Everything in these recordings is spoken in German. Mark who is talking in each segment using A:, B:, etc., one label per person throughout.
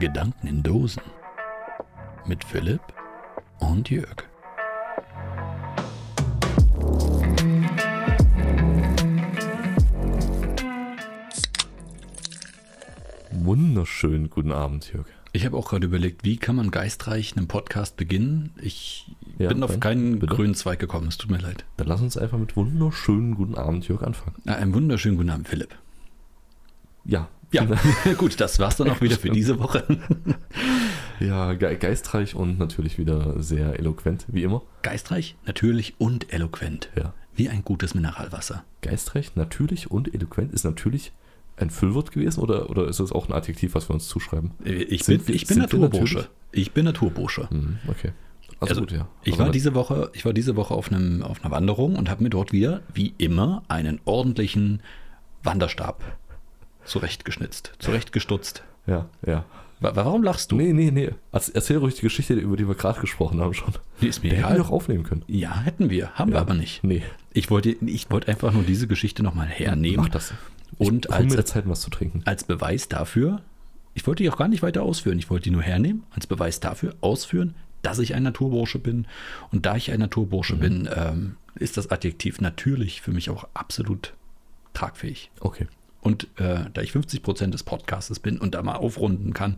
A: Gedanken in Dosen mit Philipp und Jörg.
B: Wunderschönen guten Abend, Jörg.
A: Ich habe auch gerade überlegt, wie kann man geistreich einen Podcast beginnen? Ich
B: Ja,
A: bin auf
B: dann,
A: keinen
B: bitte.
A: grünen Zweig gekommen, es tut mir leid.
B: Dann lass uns einfach mit wunderschönen guten Abend, Jörg, anfangen.
A: Na, einen wunderschönen guten Abend, Philipp.
B: Ja.
A: Ja, gut, das war's dann auch wieder für diese Woche.
B: Ja, ge geistreich und natürlich wieder sehr eloquent, wie immer.
A: Geistreich, natürlich und eloquent.
B: Ja.
A: Wie ein gutes Mineralwasser.
B: Geistreich, natürlich und eloquent ist natürlich ein Füllwort gewesen oder, oder ist das auch ein Adjektiv, was wir uns zuschreiben?
A: Äh, Ich
B: Sind
A: bin,
B: wir-
A: ich bin
B: sind wir
A: Naturbursche.
B: natürlich?
A: Ich bin Naturbursche.
B: Mhm, okay. Also, gut, ja.
A: Ich
B: Also
A: war,
B: man-
A: diese Woche, ich war diese Woche auf, einem, auf einer Wanderung und habe mir dort wieder, wie immer, einen ordentlichen Wanderstab zurechtgeschnitzt, zurechtgestutzt.
B: Ja, ja.
A: Wa- wa- Warum lachst du?
B: Nee, nee, nee. Erz- Erzähl ruhig die Geschichte, über die wir gerade gesprochen haben schon.
A: Nee, ist mir
B: Die hätten wir
A: egal.
B: auch aufnehmen können.
A: Ja, hätten wir, haben wir
B: Ja.
A: aber nicht.
B: Nee.
A: Ich wollte, ich wollte einfach nur diese Geschichte nochmal hernehmen
B: das.
A: Und
B: Und
A: als-
B: als mir Zeit, um was zu trinken.
A: als Beweis dafür, ich wollte die auch gar nicht weiter ausführen, ich wollte die nur hernehmen, als Beweis dafür ausführen, dass ich ein Naturbursche bin. Und da ich ein Naturbursche bin, ähm, ist das Adjektiv natürlich für mich auch absolut tragfähig.
B: Okay.
A: Und äh, da ich 50% des Podcastes bin und da mal aufrunden kann,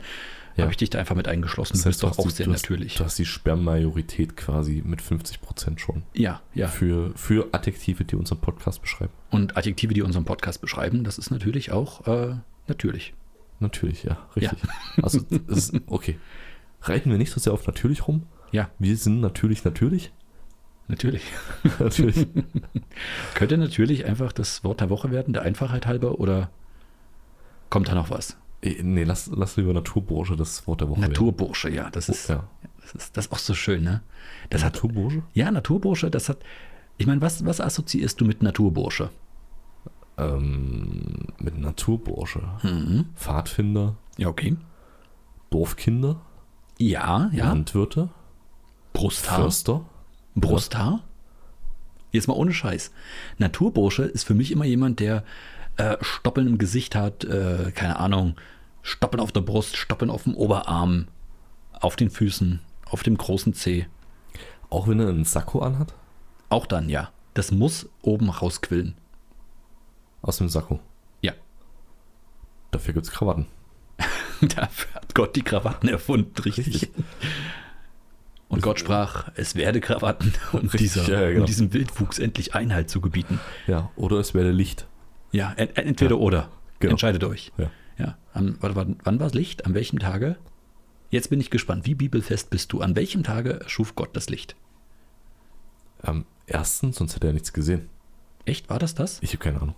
B: Ja.
A: habe ich dich da einfach mit eingeschlossen. Du bist
B: du
A: doch
B: hast
A: auch
B: die-
A: sehr
B: du hast,
A: natürlich.
B: Du hast die Sperrmajorität quasi mit 50% schon.
A: Ja, ja.
B: Für, für Adjektive, die unseren Podcast beschreiben.
A: Und Adjektive, die unseren Podcast beschreiben, das ist natürlich auch äh, natürlich.
B: Natürlich, ja, richtig. Also, das ist, okay. Reiten wir nicht so sehr auf natürlich rum.
A: Ja,
B: Wir sind natürlich, natürlich.
A: natürlich.
B: Natürlich.
A: Könnte natürlich einfach das Wort der Woche werden, der Einfachheit halber, oder kommt da noch was?
B: Eh, nee, lass, lass lieber Naturbursche das Wort der Woche
A: Naturbursche, ja, das ist,
B: werden. Ja.
A: das ist das ist auch so schön, ne? Das hat,
B: Naturbursche?
A: ja, Naturbursche, das hat, ich meine, was, was assoziierst du mit Naturbursche?
B: Ähm, mit Naturbursche.
A: Mhm.
B: Pfadfinder,
A: Ja, okay.
B: Dorfkinder,
A: Ja, ja, Ah.
B: Landwirte,
A: Brusthaar,
B: Förster.
A: Brusthaar. Jetzt mal ohne Scheiß. Naturbursche ist für mich immer jemand, der äh, Stoppeln im Gesicht hat, äh, keine Ahnung, Stoppeln auf der Brust, Stoppeln auf dem Oberarm, auf den Füßen, auf dem großen Zeh.
B: Auch wenn er einen Sakko anhat?
A: Auch dann, ja. Das muss oben rausquillen.
B: Aus dem Sakko.
A: Ja.
B: Dafür gibt's Krawatten.
A: Dafür hat Gott die Krawatten erfunden, richtig.
B: Richtig.
A: Und Gott sprach, es werde Krawatten, um,
B: Richtig,
A: dieser,
B: ja, ja, genau.
A: um diesem Wildwuchs endlich Einhalt zu gebieten.
B: Ja, oder es wäre Licht.
A: Ja, en- en- entweder oder.
B: Genau.
A: Entscheidet euch.
B: Ja.
A: Ja. An, warte, warte, wann war es Licht? An welchem Tage? Jetzt bin ich gespannt. Wie bibelfest bist du? An welchem Tage schuf Gott das Licht?
B: Am ersten, Ähm, sonst hätte er nichts gesehen.
A: Echt, war das das?
B: Ich habe keine Ahnung.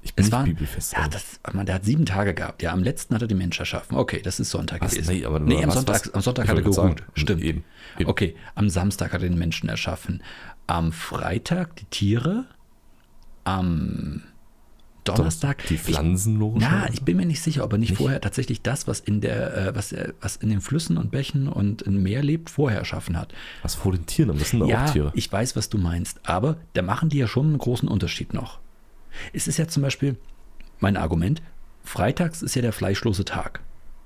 B: Ich bin
A: Es
B: nicht
A: war-
B: bibelfest.
A: Ja,
B: aber-
A: das, man, der hat sieben Tage gehabt. Ja, am letzten hat er den Mensch erschaffen. Okay, das ist Sonntag
B: was?
A: gewesen.
B: Nee, aber
A: nee, am
B: was-
A: Sonntag,
B: was?
A: am Sonntag
B: Ich
A: hat er
B: wollte gerade
A: geruht.
B: sagen,
A: Stimmt.
B: Eben, eben.
A: Okay, am Samstag hat er den Menschen erschaffen. Am Freitag die Tiere. Am Donnerstag
B: Die Pflanzen
A: Ich,
B: logisch. halt.
A: na, ich bin mir nicht sicher, ob er nicht, vorher tatsächlich das, was in der, äh, was, äh, was in den Flüssen und Bächen und im Meer lebt, vorher erschaffen hat.
B: was vor den Tieren? Aber das sind
A: Ja,
B: auch Tiere.
A: ich weiß, was du meinst, aber da machen die ja schon einen großen Unterschied noch. Es ist ja zum Beispiel mein Argument, freitags ist ja der fleischlose Tag.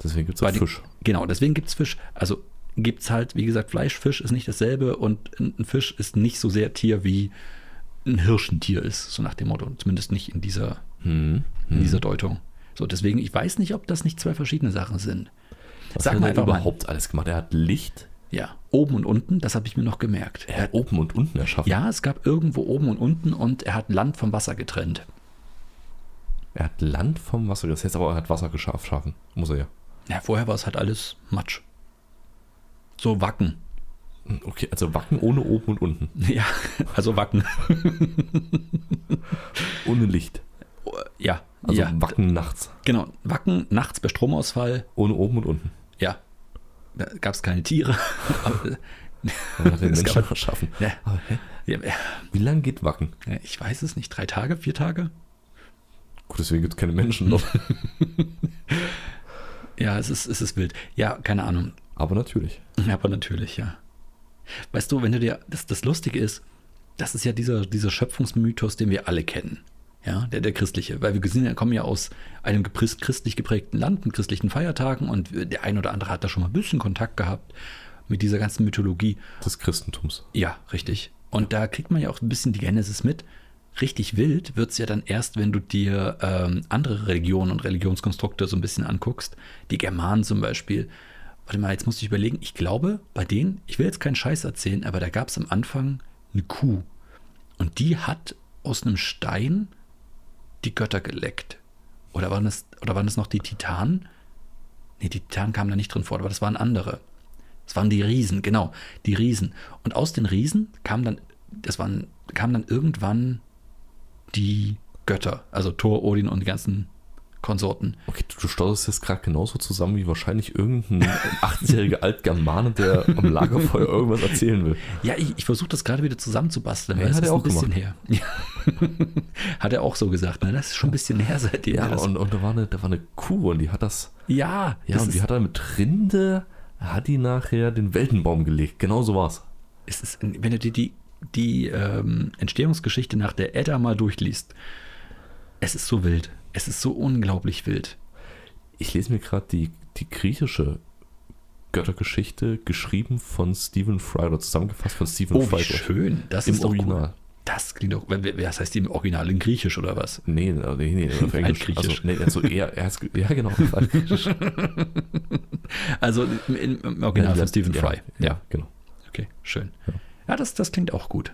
B: Deswegen gibt's
A: Bei
B: auch
A: den-
B: Fisch.
A: Genau, deswegen gibt es Fisch. Also gibt es halt, wie gesagt, Fleisch, Fisch ist nicht dasselbe und ein ein Fisch ist nicht so sehr Tier wie ein Hirschentier ist, so nach dem Motto. Zumindest nicht in dieser,
B: Hm.
A: in dieser Deutung. So, deswegen, ich weiß nicht, ob das nicht zwei verschiedene Sachen sind.
B: Was
A: Sag
B: hat
A: mal
B: er
A: einfach mal.
B: überhaupt alles gemacht? Er hat Licht,
A: Ja, oben und unten, das habe ich mir noch gemerkt.
B: er hat oben und unten erschaffen.
A: Ja, es gab irgendwo oben und unten und er hat Land vom Wasser getrennt.
B: Er hat Land vom Wasser. Das heißt aber, er hat Wasser geschafft. Schaffen. Muss er ja.
A: Ja, vorher war es halt alles Matsch. So Wacken.
B: Hm, Okay, also Wacken ohne oben und unten.
A: Ja, also Wacken.
B: Ohne Licht.
A: Ja,
B: Also
A: ja.
B: Wacken nachts.
A: Genau, Wacken nachts bei Stromausfall.
B: Ohne oben und unten.
A: Ja, da gab es keine Tiere. Aber,
B: Er hat den
A: Es gab-
B: Menschen erschaffen.
A: ja,
B: Aber hä?
A: ja,
B: Wie lange geht Wacken?
A: ja, ich weiß es nicht, drei Tage, vier Tage?
B: Gut, deswegen gibt es keine Menschen dort.
A: Ja, es ist, es ist wild. Ja, keine Ahnung.
B: Aber natürlich.
A: Aber natürlich, ja. Weißt du, wenn du dir, das, das Lustige ist, das ist ja dieser, dieser Schöpfungsmythos, den wir alle kennen. Ja, der, der christliche. Weil wir sind, ja- kommen ja aus einem gepris- christlich geprägten Land mit christlichen Feiertagen und der ein oder andere hat da schon mal ein bisschen Kontakt gehabt mit dieser ganzen Mythologie.
B: des Christentums.
A: Ja, richtig. Und da kriegt man ja auch ein bisschen die Genesis mit. Richtig wild wird es ja dann erst, wenn du dir ähm, andere Religionen und Religionskonstrukte so ein bisschen anguckst. Die Germanen zum Beispiel. Warte mal, jetzt muss ich überlegen. Ich glaube, bei denen, ich will jetzt keinen Scheiß erzählen, aber da gab es am Anfang eine Kuh. Und die hat aus einem Stein die Götter geleckt. Oder waren das, oder waren das noch die Titanen? Nee, die Titanen kamen da nicht drin vor, aber das waren andere. Das waren die Riesen, genau, die Riesen. Und aus den Riesen kamen dann, das waren, kamen dann irgendwann die Götter, also Thor, Odin und die ganzen Konsorten.
B: Okay, du, du stotterst jetzt gerade genauso zusammen wie wahrscheinlich irgendein 80-jähriger Altgermane, der am Lagerfeuer irgendwas erzählen will.
A: Ja, ich, ich versuche das gerade wieder zusammenzubasteln,
B: Ja,
A: das
B: hat
A: ist
B: er
A: ein
B: auch
A: bisschen her. hat er auch so gesagt, ne? Das ist schon ein bisschen her seitdem. er
B: Ja,
A: das,
B: und, und da, war eine, da war eine Kuh und die hat das.
A: ja,
B: Ja,
A: das
B: und
A: ist,
B: die hat dann mit Rinde, hat die nachher den Weltenbaum gelegt. Genau so war's.
A: es ist, wenn du dir die, die ähm, Entstehungsgeschichte nach der Edda mal durchliest, es ist so wild. Es ist so unglaublich wild.
B: Ich lese mir gerade die, die griechische Göttergeschichte, geschrieben von Stephen Fry oder zusammengefasst von Stephen
A: Oh,
B: Fry.
A: wie schön. Das
B: Im
A: ist doch
B: Original.
A: Cool. Das klingt doch. Was heißt die im Original? In Griechisch oder was?
B: Nee, nee, nee, nee, auf Englisch. Also,
A: Altgriechisch.
B: nee, also eher, er ist, ja, genau, auf Altgriechisch.
A: Also im, im, im Original von Stephen
B: Äh, ja,
A: Fry.
B: Ja, genau.
A: Okay, schön.
B: Ja.
A: Ja, das, das klingt auch gut.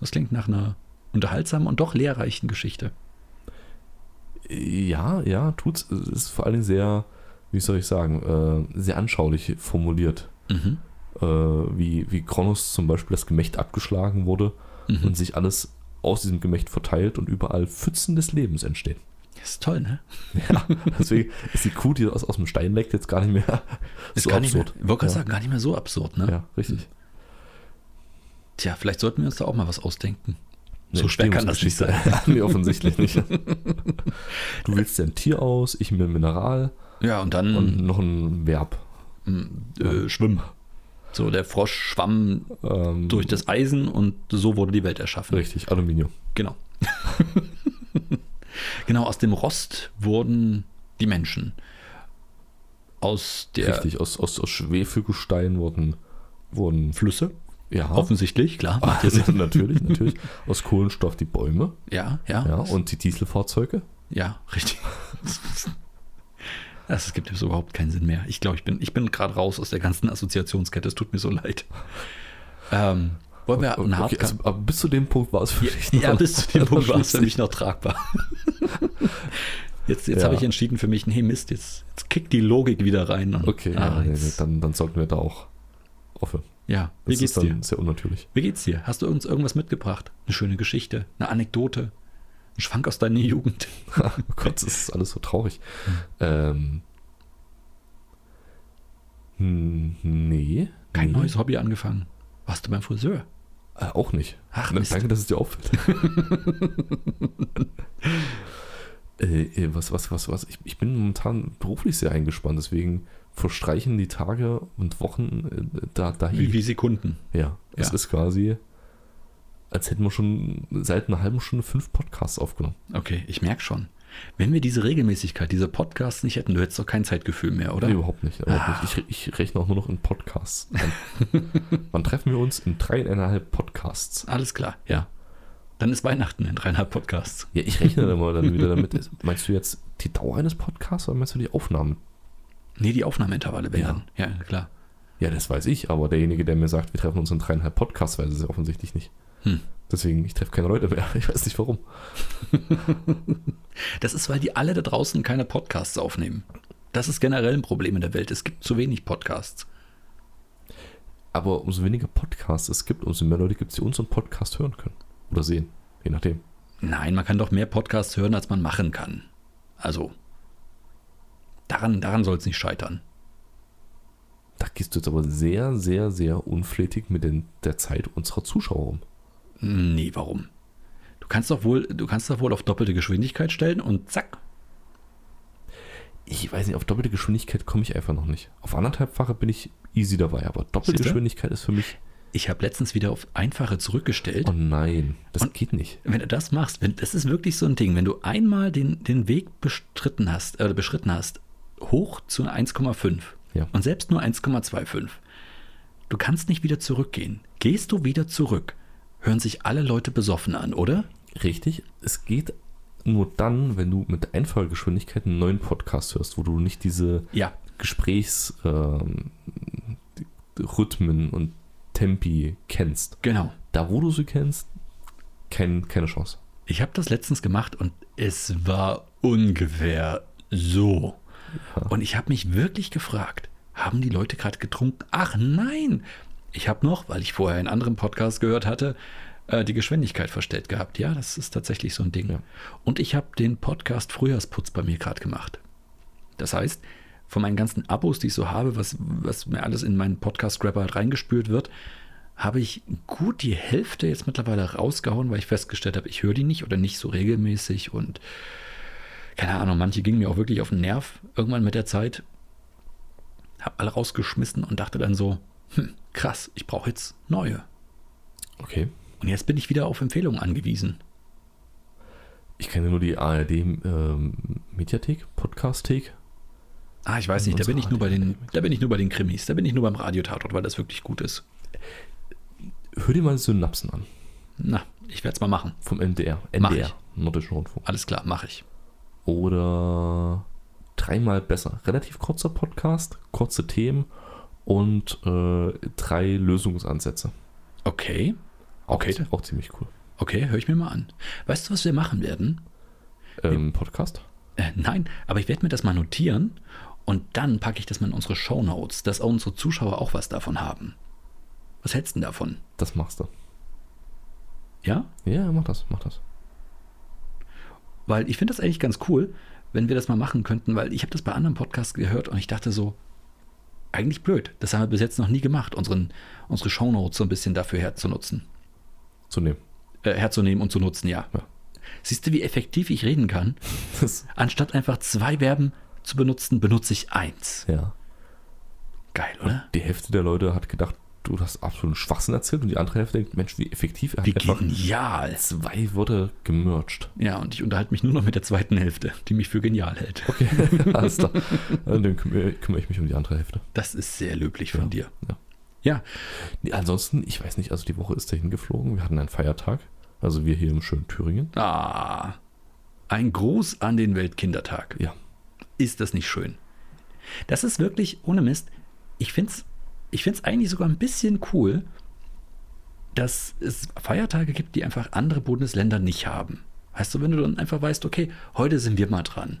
A: Das klingt nach einer unterhaltsamen und doch lehrreichen Geschichte.
B: Ja, ja, tut's. Es ist vor allen Dingen sehr, wie soll ich sagen, äh, sehr anschaulich formuliert.
A: Mhm.
B: Äh, wie, wie Kronos zum Beispiel das Gemächt abgeschlagen wurde
A: Mhm.
B: und sich alles aus diesem Gemächt verteilt und überall Pfützen des Lebens entstehen.
A: Das ist toll, ne?
B: Ja, deswegen ist die Kuh, die aus, aus dem Stein leckt, jetzt gar nicht mehr
A: Ist
B: so
A: gar
B: absurd.
A: nicht mehr, wollte gerade
B: ja.
A: sagen, gar nicht mehr so absurd, ne?
B: Ja, richtig.
A: Tja, vielleicht sollten wir uns da auch mal was ausdenken.
B: Eine
A: so schwer kann das nicht sein.
B: Entstehungsgeschichte. nee, offensichtlich nicht. Du willst dir ein Tier aus, ich mir ein Mineral
A: Ja, und dann
B: und noch ein Verb.
A: äh, schwimmen. So, der Frosch schwamm
B: Ähm,
A: durch das Eisen und so wurde die Welt erschaffen.
B: Richtig, Aluminium.
A: Genau. genau, aus dem Rost wurden die Menschen. Aus der
B: Richtig, aus, aus, aus Schwefelgestein wurden, wurden
A: Flüsse,
B: ja,
A: offensichtlich, klar. macht ja
B: also
A: Sinn.
B: natürlich, natürlich, aus Kohlenstoff die Bäume
A: ja, ja,
B: ja,
A: ja,
B: und die Dieselfahrzeuge.
A: richtig. Das es gibt jetzt überhaupt keinen Sinn mehr. Ich glaube, ich bin, ich bin gerade raus aus der ganzen Assoziationskette. Es tut mir so leid. Ähm, wollen wir einen
B: Okay,
A: Hardcut?
B: also, aber bis zu dem Punkt war es für dich
A: ja,
B: noch-
A: bis zu dem
B: noch
A: Punkt war es für
B: schlüssig.
A: mich noch tragbar. Jetzt, jetzt
B: Ja.
A: habe ich entschieden für mich, hey Mist, jetzt, jetzt kickt die Logik wieder rein. Und,
B: Okay,
A: ah,
B: ja, nee, nee,
A: jetzt-
B: dann, dann sollten wir da auch aufhören.
A: Ja,
B: Das
A: wie geht's
B: ist dann
A: dir?
B: sehr unnatürlich.
A: Wie geht's dir? Hast du uns irgendwas mitgebracht? Eine schöne Geschichte, eine Anekdote, ein Schwank aus deiner Jugend.
B: oh Gott, das ist alles so traurig. Ähm, hm, nee.
A: Kein
B: nee,
A: neues Hobby angefangen. Warst du beim Friseur?
B: Äh, auch nicht.
A: Ach,
B: Na,
A: Mist.
B: danke, dass es dir auffällt. äh, äh, was, was, was, was? Ich, ich bin momentan beruflich sehr eingespannt, deswegen verstreichen die Tage und Wochen äh, da, da
A: Wie, wie Sekunden.
B: Ja, es
A: Ja.
B: ist quasi, als hätten wir schon seit einer halben Stunde fünf Podcasts aufgenommen.
A: Okay, ich merke schon. Wenn wir diese Regelmäßigkeit, diese Podcasts nicht hätten, du hättest doch kein Zeitgefühl mehr, oder?
B: Nee, überhaupt nicht. Überhaupt
A: Ah.
B: nicht. Ich, re- ich rechne auch nur noch in Podcasts. Wann treffen wir uns? In dreieinhalb Podcasts.
A: Alles klar, ja. Dann ist Weihnachten in dreieinhalb Podcasts.
B: Ja, ich rechne dann mal dann wieder damit. Meinst du jetzt die Dauer eines Podcasts oder meinst du die Aufnahmen?
A: Nee, die Aufnahmeintervalle werden. Ja, ja klar.
B: Ja, das weiß ich, aber derjenige, der mir sagt, wir treffen uns in dreieinhalb Podcasts, weiß es ja offensichtlich nicht.
A: Hm.
B: Deswegen, ich treffe keine Leute mehr. Ich weiß nicht warum.
A: Das ist, weil die alle da draußen keine Podcasts aufnehmen. Das ist generell ein Problem in der Welt. Es gibt zu wenig Podcasts.
B: Aber umso weniger Podcasts es gibt, umso mehr Leute gibt es, die unseren Podcast hören können. Oder sehen. Je nachdem.
A: Nein, man kann doch mehr Podcasts hören, als man machen kann. Also, daran, daran soll es nicht scheitern.
B: Da gehst du jetzt aber sehr, sehr, sehr unflätig mit den, der Zeit unserer Zuschauer um.
A: Nee, warum? Du kannst doch wohl, du kannst doch wohl auf doppelte Geschwindigkeit stellen und zack.
B: Ich weiß nicht, auf doppelte Geschwindigkeit komme ich einfach noch nicht. Auf anderthalbfache bin ich easy dabei, aber doppelte
A: Siehste?
B: Geschwindigkeit ist für mich
A: Ich habe letztens wieder auf einfache zurückgestellt.
B: Oh nein, das
A: Und-
B: geht nicht.
A: Wenn du das machst, wenn, das ist wirklich so ein Ding, wenn du einmal den, den Weg bestritten hast, oder beschritten hast, hoch zu 1,5
B: Ja.
A: und selbst nur 1,25, du kannst nicht wieder zurückgehen. Gehst du wieder zurück, hören sich alle Leute besoffen an, oder?
B: Richtig, es geht nur dann, wenn du mit einfacher Geschwindigkeit einen neuen Podcast hörst, wo du nicht diese
A: Ja,
B: Gesprächsrhythmen Rhythmen und Tempi kennst.
A: genau.
B: Da, wo du sie kennst, kein, keine Chance.
A: Ich habe das letztens gemacht und es war ungefähr so.
B: Ja.
A: Und ich habe mich wirklich gefragt, haben die Leute gerade getrunken? Ach nein! Ich habe noch, weil ich vorher in anderen Podcasts gehört hatte, äh, die Geschwindigkeit verstellt gehabt. Ja, das ist tatsächlich so ein Ding.
B: Ja.
A: Und ich habe den Podcast Frühjahrsputz bei mir gerade gemacht. Das heißt, von meinen ganzen Abos, die ich so habe, was, was mir alles in meinen Podcast-Grabber halt reingespült wird, habe ich gut die Hälfte jetzt mittlerweile rausgehauen, weil ich festgestellt habe, ich höre die nicht oder nicht so regelmäßig und keine Ahnung, manche gingen mir auch wirklich auf den Nerv irgendwann mit der Zeit. Habe alle rausgeschmissen und dachte dann so, hm, krass, ich brauche jetzt neue.
B: Okay.
A: Und jetzt bin ich wieder auf Empfehlungen angewiesen.
B: Ich kenne nur die ARD ähm, Mediathek, Podcast-Thek.
A: Ah, ich weiß nicht, da bin ich nur bei den, da bin ich nur bei den Krimis, da bin ich nur beim Radiotatort, weil das wirklich gut ist.
B: Hör dir mal Synapsen an.
A: Na, ich werde es mal machen.
B: Vom NDR.
A: Mach
B: NDR. Norddeutschen Rundfunk.
A: Alles klar, mache ich.
B: Oder dreimal besser. Relativ kurzer Podcast, kurze Themen und äh, drei Lösungsansätze.
A: Okay, Okay.
B: Auch ziemlich cool.
A: okay, höre ich mir mal an. Weißt du, was wir machen werden?
B: Ähm, Podcast?
A: Äh, nein, aber ich werde mir das mal notieren und dann packe ich das mal in unsere Shownotes, dass auch unsere Zuschauer auch was davon haben. Was hältst du denn davon?
B: Das machst du.
A: Ja?
B: Ja, mach das, mach das.
A: Weil ich finde das eigentlich ganz cool, wenn wir das mal machen könnten, weil ich habe das bei anderen Podcasts gehört und ich dachte so, eigentlich blöd. Das haben wir bis jetzt noch nie gemacht, unseren, unsere Shownotes so ein bisschen dafür herzunutzen.
B: So nehmen.
A: Äh, herzunehmen und zu nutzen, ja.
B: Ja.
A: Siehst du, wie effektiv ich reden kann?
B: Das,
A: Anstatt einfach zwei Verben zu benutzen, benutze ich eins.
B: ja.
A: Geil, oder?
B: Die Hälfte der Leute hat gedacht, du hast absoluten Schwachsinn erzählt und die andere Hälfte denkt, Mensch, wie effektiv. Er
A: Wie
B: hat einfach
A: genial.
B: zwei Wörter gemerged.
A: Ja, und ich unterhalte mich nur noch mit der zweiten Hälfte, die mich für genial hält.
B: Okay, alles klar. Äh, Dann kümmere, kümmere ich mich um die andere Hälfte.
A: Das ist sehr löblich von dir.
B: Ja.
A: Ja,
B: Nee, ansonsten, ich weiß nicht, also die Woche ist dahin geflogen. Wir hatten einen Feiertag. Also wir hier im schönen Thüringen.
A: ah, ein Gruß an den Weltkindertag.
B: Ja.
A: Ist das nicht schön? Das ist wirklich, ohne Mist, ich finde es ich find's eigentlich sogar ein bisschen cool, dass es Feiertage gibt, die einfach andere Bundesländer nicht haben. Heißt du, wenn du dann einfach weißt, okay, heute sind wir mal dran.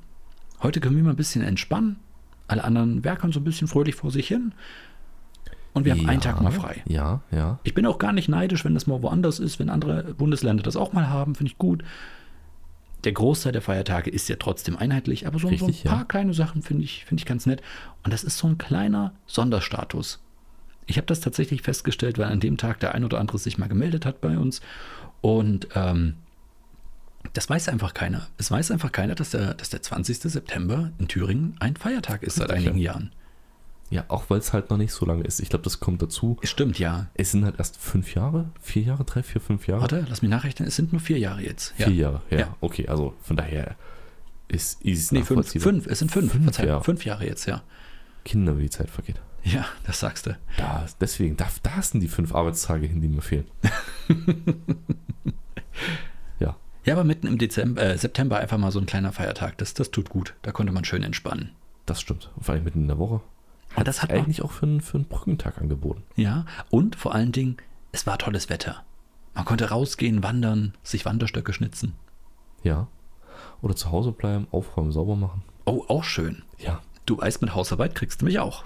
A: Heute können wir mal ein bisschen entspannen. Alle anderen werkeln so ein bisschen fröhlich vor sich hin. Und wir haben einen Tag mal frei.
B: Ja, ja.
A: Ich bin auch gar nicht neidisch, wenn das mal woanders ist, wenn andere Bundesländer das auch mal haben, finde ich gut. Der Großteil der Feiertage ist ja trotzdem einheitlich, aber so, so ein
B: Richtig, ja.
A: paar kleine Sachen finde ich, finde ich ganz nett. Und das ist so ein kleiner Sonderstatus. Ich habe das tatsächlich festgestellt, weil an dem Tag der ein oder andere sich mal gemeldet hat bei uns. Und ähm, das weiß einfach keiner. Es weiß einfach keiner, dass der, dass der 20. September in Thüringen ein Feiertag ist seit
B: Richtig,
A: einigen
B: ja.
A: Jahren.
B: Ja, auch weil es halt noch nicht so lange ist. Ich glaube, das kommt dazu.
A: Stimmt, ja.
B: Es sind halt erst fünf Jahre, vier Jahre, drei, vier, fünf Jahre.
A: Warte, lass mich nachrechnen. Es sind nur vier Jahre jetzt.
B: Vier Jahre, ja.
A: Ja.
B: Okay, also von daher ist, ist
A: Nee, fünf,
B: nachvollziehbar.
A: fünf, es sind fünf,
B: Fünf,
A: Verzeihung,
B: ja.
A: fünf Jahre jetzt, ja.
B: Kinder, wie die Zeit vergeht.
A: Ja, das sagst du.
B: Da, deswegen, da, da sind die fünf Arbeitstage hin, die mir fehlen. ja,
A: Ja, aber mitten im Dezember, äh, September einfach mal so ein kleiner Feiertag, das, das tut gut. Da konnte man schön entspannen.
B: das stimmt. Und Vor allem mitten in der Woche.
A: Und das hat man,
B: Eigentlich auch für einen, für einen Brückentag angeboten.
A: ja, und vor allen Dingen, es war tolles Wetter. Man konnte rausgehen, wandern, sich Wanderstöcke schnitzen.
B: Ja. Oder zu Hause bleiben, aufräumen, sauber machen.
A: Oh, auch schön.
B: Ja.
A: Du weißt, mit Hausarbeit kriegst du mich auch.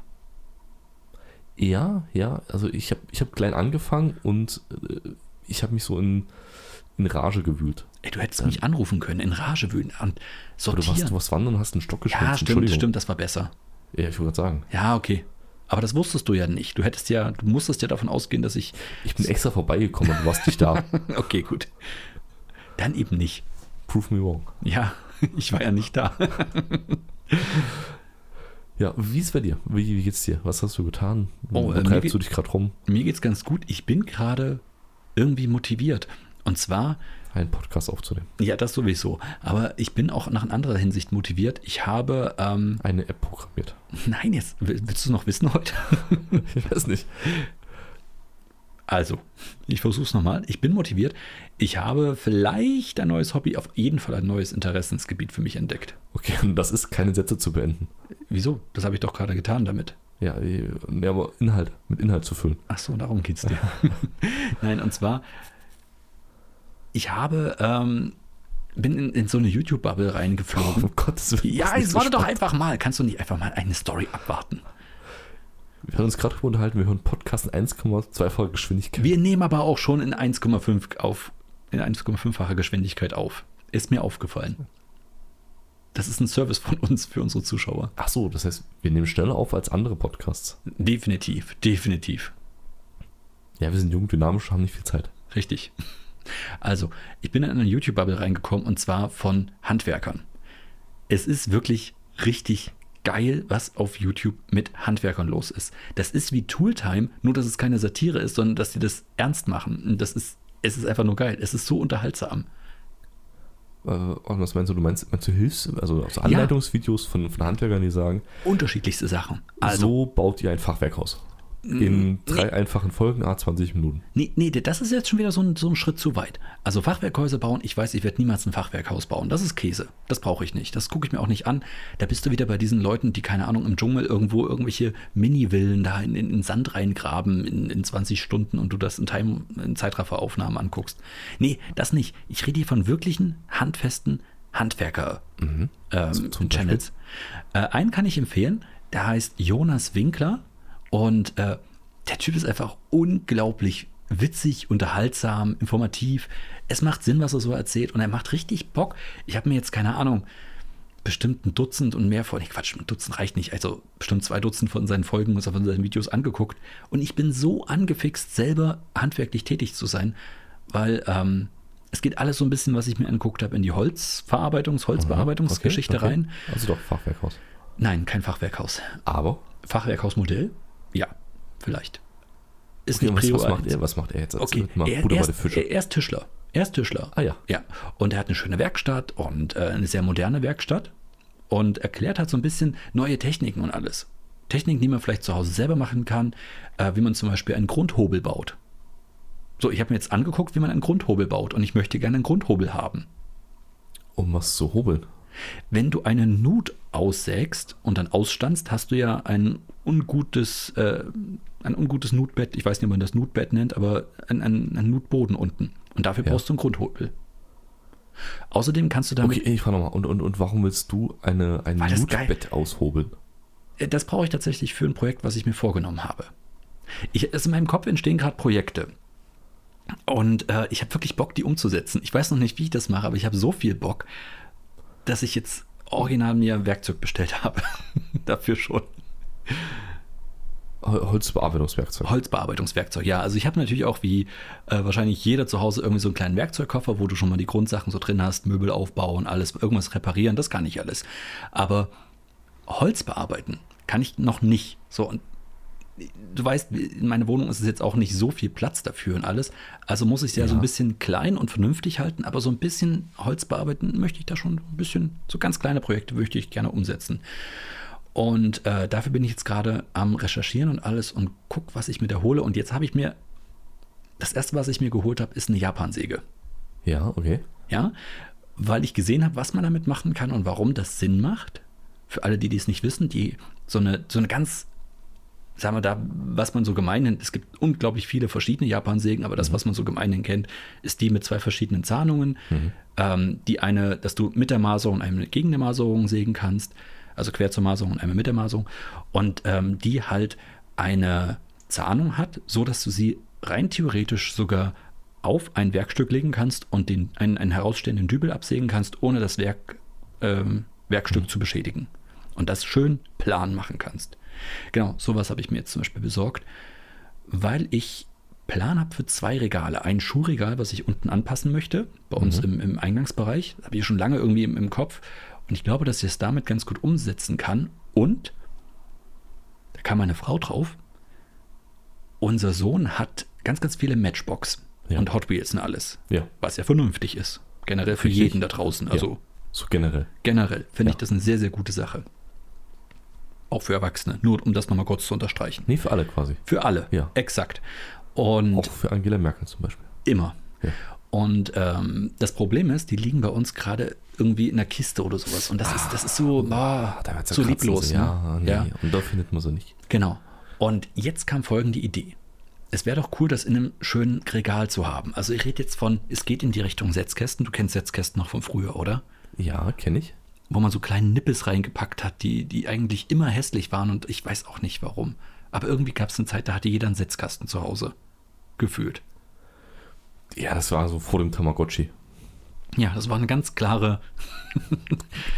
B: Ja, ja, also ich habe ich hab klein angefangen und äh, ich habe mich so in, in Rage gewühlt.
A: Ey, du hättest mich anrufen können, in Rage wüten und
B: Aber du warst,
A: sortieren.
B: du warst wandern, hast einen Stock geschnitzt.
A: ja, stimmt,
B: Entschuldigung.
A: stimmt, das war besser.
B: Ja, ich wollte gerade sagen.
A: Ja, okay. Aber das wusstest du ja nicht. Du hättest ja, du musstest ja davon ausgehen, dass ich
B: Ich bin extra vorbeigekommen und du warst nicht da.
A: Okay, gut. Dann eben nicht.
B: Prove me wrong.
A: Ja, ich war ja nicht da.
B: Ja, wie ist bei dir? Wie, wie geht's dir? Was hast du getan?
A: Oh,
B: Wo
A: äh, mir
B: treibst
A: geht-
B: du dich gerade rum?
A: Mir geht's ganz gut. Ich bin gerade irgendwie motiviert. Und zwar,
B: Einen Podcast aufzunehmen.
A: ja, das sowieso. Aber ich bin auch nach einer anderen Hinsicht motiviert. Ich habe, ähm,
B: Eine App programmiert.
A: nein, jetzt will- willst du es noch wissen heute?
B: Ich weiß nicht.
A: Also, ich versuch's nochmal. Ich bin motiviert. Ich habe vielleicht ein neues Hobby, auf jeden Fall ein neues Interessensgebiet für mich entdeckt.
B: Okay, und das ist keine Sätze zu beenden.
A: Wieso? Das habe ich doch gerade getan damit.
B: Ja, äh, nee, aber Inhalt, mit Inhalt zu füllen.
A: Ach so, darum geht's dir. Nein, und zwar, ich habe, ähm, bin in, in so eine YouTube-Bubble reingeflogen.
B: Um Gottes Willen. das
A: Ja,
B: ist
A: jetzt
B: so
A: warte doch einfach mal. Kannst du nicht einfach mal eine Story abwarten?
B: Wir haben uns gerade darüber unterhalten, wir hören Podcast in 1,2-facher Geschwindigkeit.
A: Wir nehmen aber auch schon in 1,5 auf, in 1,5-facher Geschwindigkeit auf. Ist mir aufgefallen. Das ist ein Service von uns für unsere Zuschauer.
B: Ach so, das heißt, wir nehmen schneller auf als andere Podcasts.
A: Definitiv, definitiv.
B: Ja, wir sind jung, dynamisch, haben nicht viel Zeit.
A: Richtig. Also, ich bin in eine YouTube-Bubble reingekommen und zwar von Handwerkern. Es ist wirklich richtig geil, was auf YouTube mit Handwerkern los ist. Das ist wie Tooltime, nur dass es keine Satire ist, sondern dass sie das ernst machen. Und Das ist, es ist einfach nur geil. Es ist so unterhaltsam.
B: Äh, und was meinst du? Du meinst, meinst du Hilfs-, also, also Anleitungsvideos von, von Handwerkern, die sagen,
A: Unterschiedlichste Sachen. Also, Mm,
B: so baut ihr ein Fachwerk aus. In drei einfachen Folgen, a 20 Minuten.
A: nee, nee, das ist jetzt schon wieder so ein, so ein Schritt zu weit. Also Fachwerkhäuser bauen, ich weiß, ich werde niemals ein Fachwerkhaus bauen. Das ist Käse. Das brauche ich nicht. Das gucke ich mir auch nicht an. Da bist du wieder bei diesen Leuten, die, keine Ahnung, im Dschungel irgendwo irgendwelche Mini-Villen da in, in, in Sand reingraben in, in 20 Stunden und du das in, Time, in Zeitrafferaufnahmen anguckst. Nee, das nicht. Ich rede hier von wirklichen, handfesten Handwerker. Ähm,
B: zum
A: Channels. Äh, einen kann ich empfehlen, der heißt Jonas Winkler und äh, der Typ ist einfach unglaublich witzig, unterhaltsam, informativ. Es macht Sinn, was er so erzählt und er macht richtig Bock. Ich habe mir jetzt keine Ahnung, bestimmt ein Dutzend und mehr von, nee, Quatsch, ein Dutzend reicht nicht, also bestimmt zwei Dutzend von seinen Folgen und von seinen Videos angeguckt und ich bin so angefixt, selber handwerklich tätig zu sein, weil ähm, es geht alles so ein bisschen, was ich mir angeguckt habe, in die Holzverarbeitungs-, Holzbearbeitungsgeschichte
B: Mhm, Okay, okay.
A: rein.
B: Also doch, Fachwerkhaus.
A: Nein, kein Fachwerkhaus.
B: Aber,
A: Fachwerkhausmodell? Ja, vielleicht. Ist
B: okay,
A: nicht
B: was,
A: Prio
B: was, macht
A: 1.
B: er, was macht er jetzt? Erzähl
A: Okay,
B: mir mal,
A: er,
B: Buddha
A: er,
B: bei
A: ist,
B: der
A: äh,
B: Fische.
A: er ist Tischler. Er ist Tischler.
B: Ah ja.
A: Ja, und er hat eine schöne Werkstatt und äh, eine sehr moderne Werkstatt und erklärt halt so ein bisschen neue Techniken und alles. Techniken, die man vielleicht zu Hause selber machen kann, äh, wie man zum Beispiel einen Grundhobel baut. So, ich habe mir jetzt angeguckt, wie man einen Grundhobel baut und ich möchte gerne einen Grundhobel haben.
B: Um was zu hobeln.
A: Wenn du eine Nut aussägst und dann ausstanzt, hast du ja ein ungutes, äh, ein ungutes Nutbett. Ich weiß nicht, ob man das Nutbett nennt, aber ein, ein, ein Nutboden unten. Und dafür
B: Ja.
A: brauchst du einen Grundhobel. Außerdem kannst du damit.
B: Okay, ich frage nochmal. Und, und, und warum willst du eine, ein
A: Weil das geil-
B: Nutbett aushobeln?
A: Äh, Das brauche ich tatsächlich für ein Projekt, was ich mir vorgenommen habe. Ich, also in meinem Kopf entstehen gerade Projekte. Und äh, ich habe wirklich Bock, die umzusetzen. Ich weiß noch nicht, wie ich das mache, aber ich habe so viel Bock, dass ich jetzt original mir Werkzeug bestellt habe. Dafür schon.
B: Hol- Holzbearbeitungswerkzeug.
A: Holzbearbeitungswerkzeug, ja. Also ich habe natürlich auch wie äh, wahrscheinlich jeder zu Hause irgendwie so einen kleinen Werkzeugkoffer, wo du schon mal die Grundsachen so drin hast, Möbel aufbauen, alles, irgendwas reparieren, das kann ich alles. Aber Holz bearbeiten kann ich noch nicht. So, und du weißt, in meiner Wohnung ist es jetzt auch nicht so viel Platz dafür und alles. Also muss ich sie ja, so
B: Ja.
A: ein bisschen klein und vernünftig halten, aber so ein bisschen Holz bearbeiten möchte ich da schon ein bisschen, so ganz kleine Projekte möchte ich gerne umsetzen. Und äh, dafür bin ich jetzt gerade am Recherchieren und alles und guck, was ich mir da hole. Und jetzt habe ich mir, das erste, was ich mir geholt habe, ist eine Japansäge.
B: Ja, okay.
A: Ja, weil ich gesehen habe, was man damit machen kann und warum das Sinn macht. Für alle, die dies nicht wissen, die so eine, so eine ganz, sagen wir da, was man so gemein nennt, es gibt unglaublich viele verschiedene Japansägen, aber das, was man so gemein nennt, kennt, ist die mit zwei verschiedenen Zahnungen. Ähm, die eine, dass du mit der Maserung und eine gegen der Maserung sägen kannst, also quer zur Maserung und einmal mit der Maserung. Und ähm, die halt eine Zahnung hat, so dass du sie rein theoretisch sogar auf ein Werkstück legen kannst und den, einen, einen herausstehenden Dübel absägen kannst, ohne das Werk, ähm, Werkstück zu beschädigen. Und das schön plan machen kannst. Genau, sowas habe ich mir jetzt zum Beispiel besorgt, weil ich Plan habe für zwei Regale. Ein Schuhregal, was ich unten anpassen möchte, bei
B: Mhm.
A: uns im, im Eingangsbereich. Das habe ich schon lange irgendwie im, im Kopf. Und ich glaube, dass ich es damit ganz gut umsetzen kann. Und kam meine Frau drauf. Unser Sohn hat ganz, ganz viele Matchbox
B: Ja.
A: und Hot Wheels und alles,
B: Ja,
A: was ja vernünftig ist. Generell für
B: Richtig.
A: jeden da draußen. Also
B: so generell.
A: generell finde
B: Ja.
A: ich das eine sehr, sehr gute Sache. Auch für Erwachsene, nur um das nochmal kurz zu unterstreichen.
B: Nee, für alle quasi.
A: Für alle,
B: Ja.
A: exakt. Und
B: Auch für Angela Merkel zum Beispiel.
A: immer.
B: Ja.
A: Und ähm, das Problem ist, die liegen bei uns gerade irgendwie in der Kiste oder sowas. Und das ist, das ist so, ah,
B: Da wird's ja
A: so
B: kratzen,
A: lieblos.
B: so,
A: ne?
B: Ja, nee.
A: ja,
B: Und da findet man sie nicht.
A: genau. Und jetzt kam folgende Idee. Es wäre doch cool, das in einem schönen Regal zu haben. Also ich rede jetzt von, es geht in die Richtung Setzkästen. Du kennst Setzkästen noch von früher, oder?
B: Ja, kenne ich.
A: Wo man so kleine Nippes reingepackt hat, die, die eigentlich immer hässlich waren und ich weiß auch nicht warum. Aber irgendwie gab es eine Zeit, da hatte jeder einen Setzkasten zu Hause. Gefühlt.
B: Ja, das war so vor dem Tamagotchi.
A: Ja, das war eine ganz klare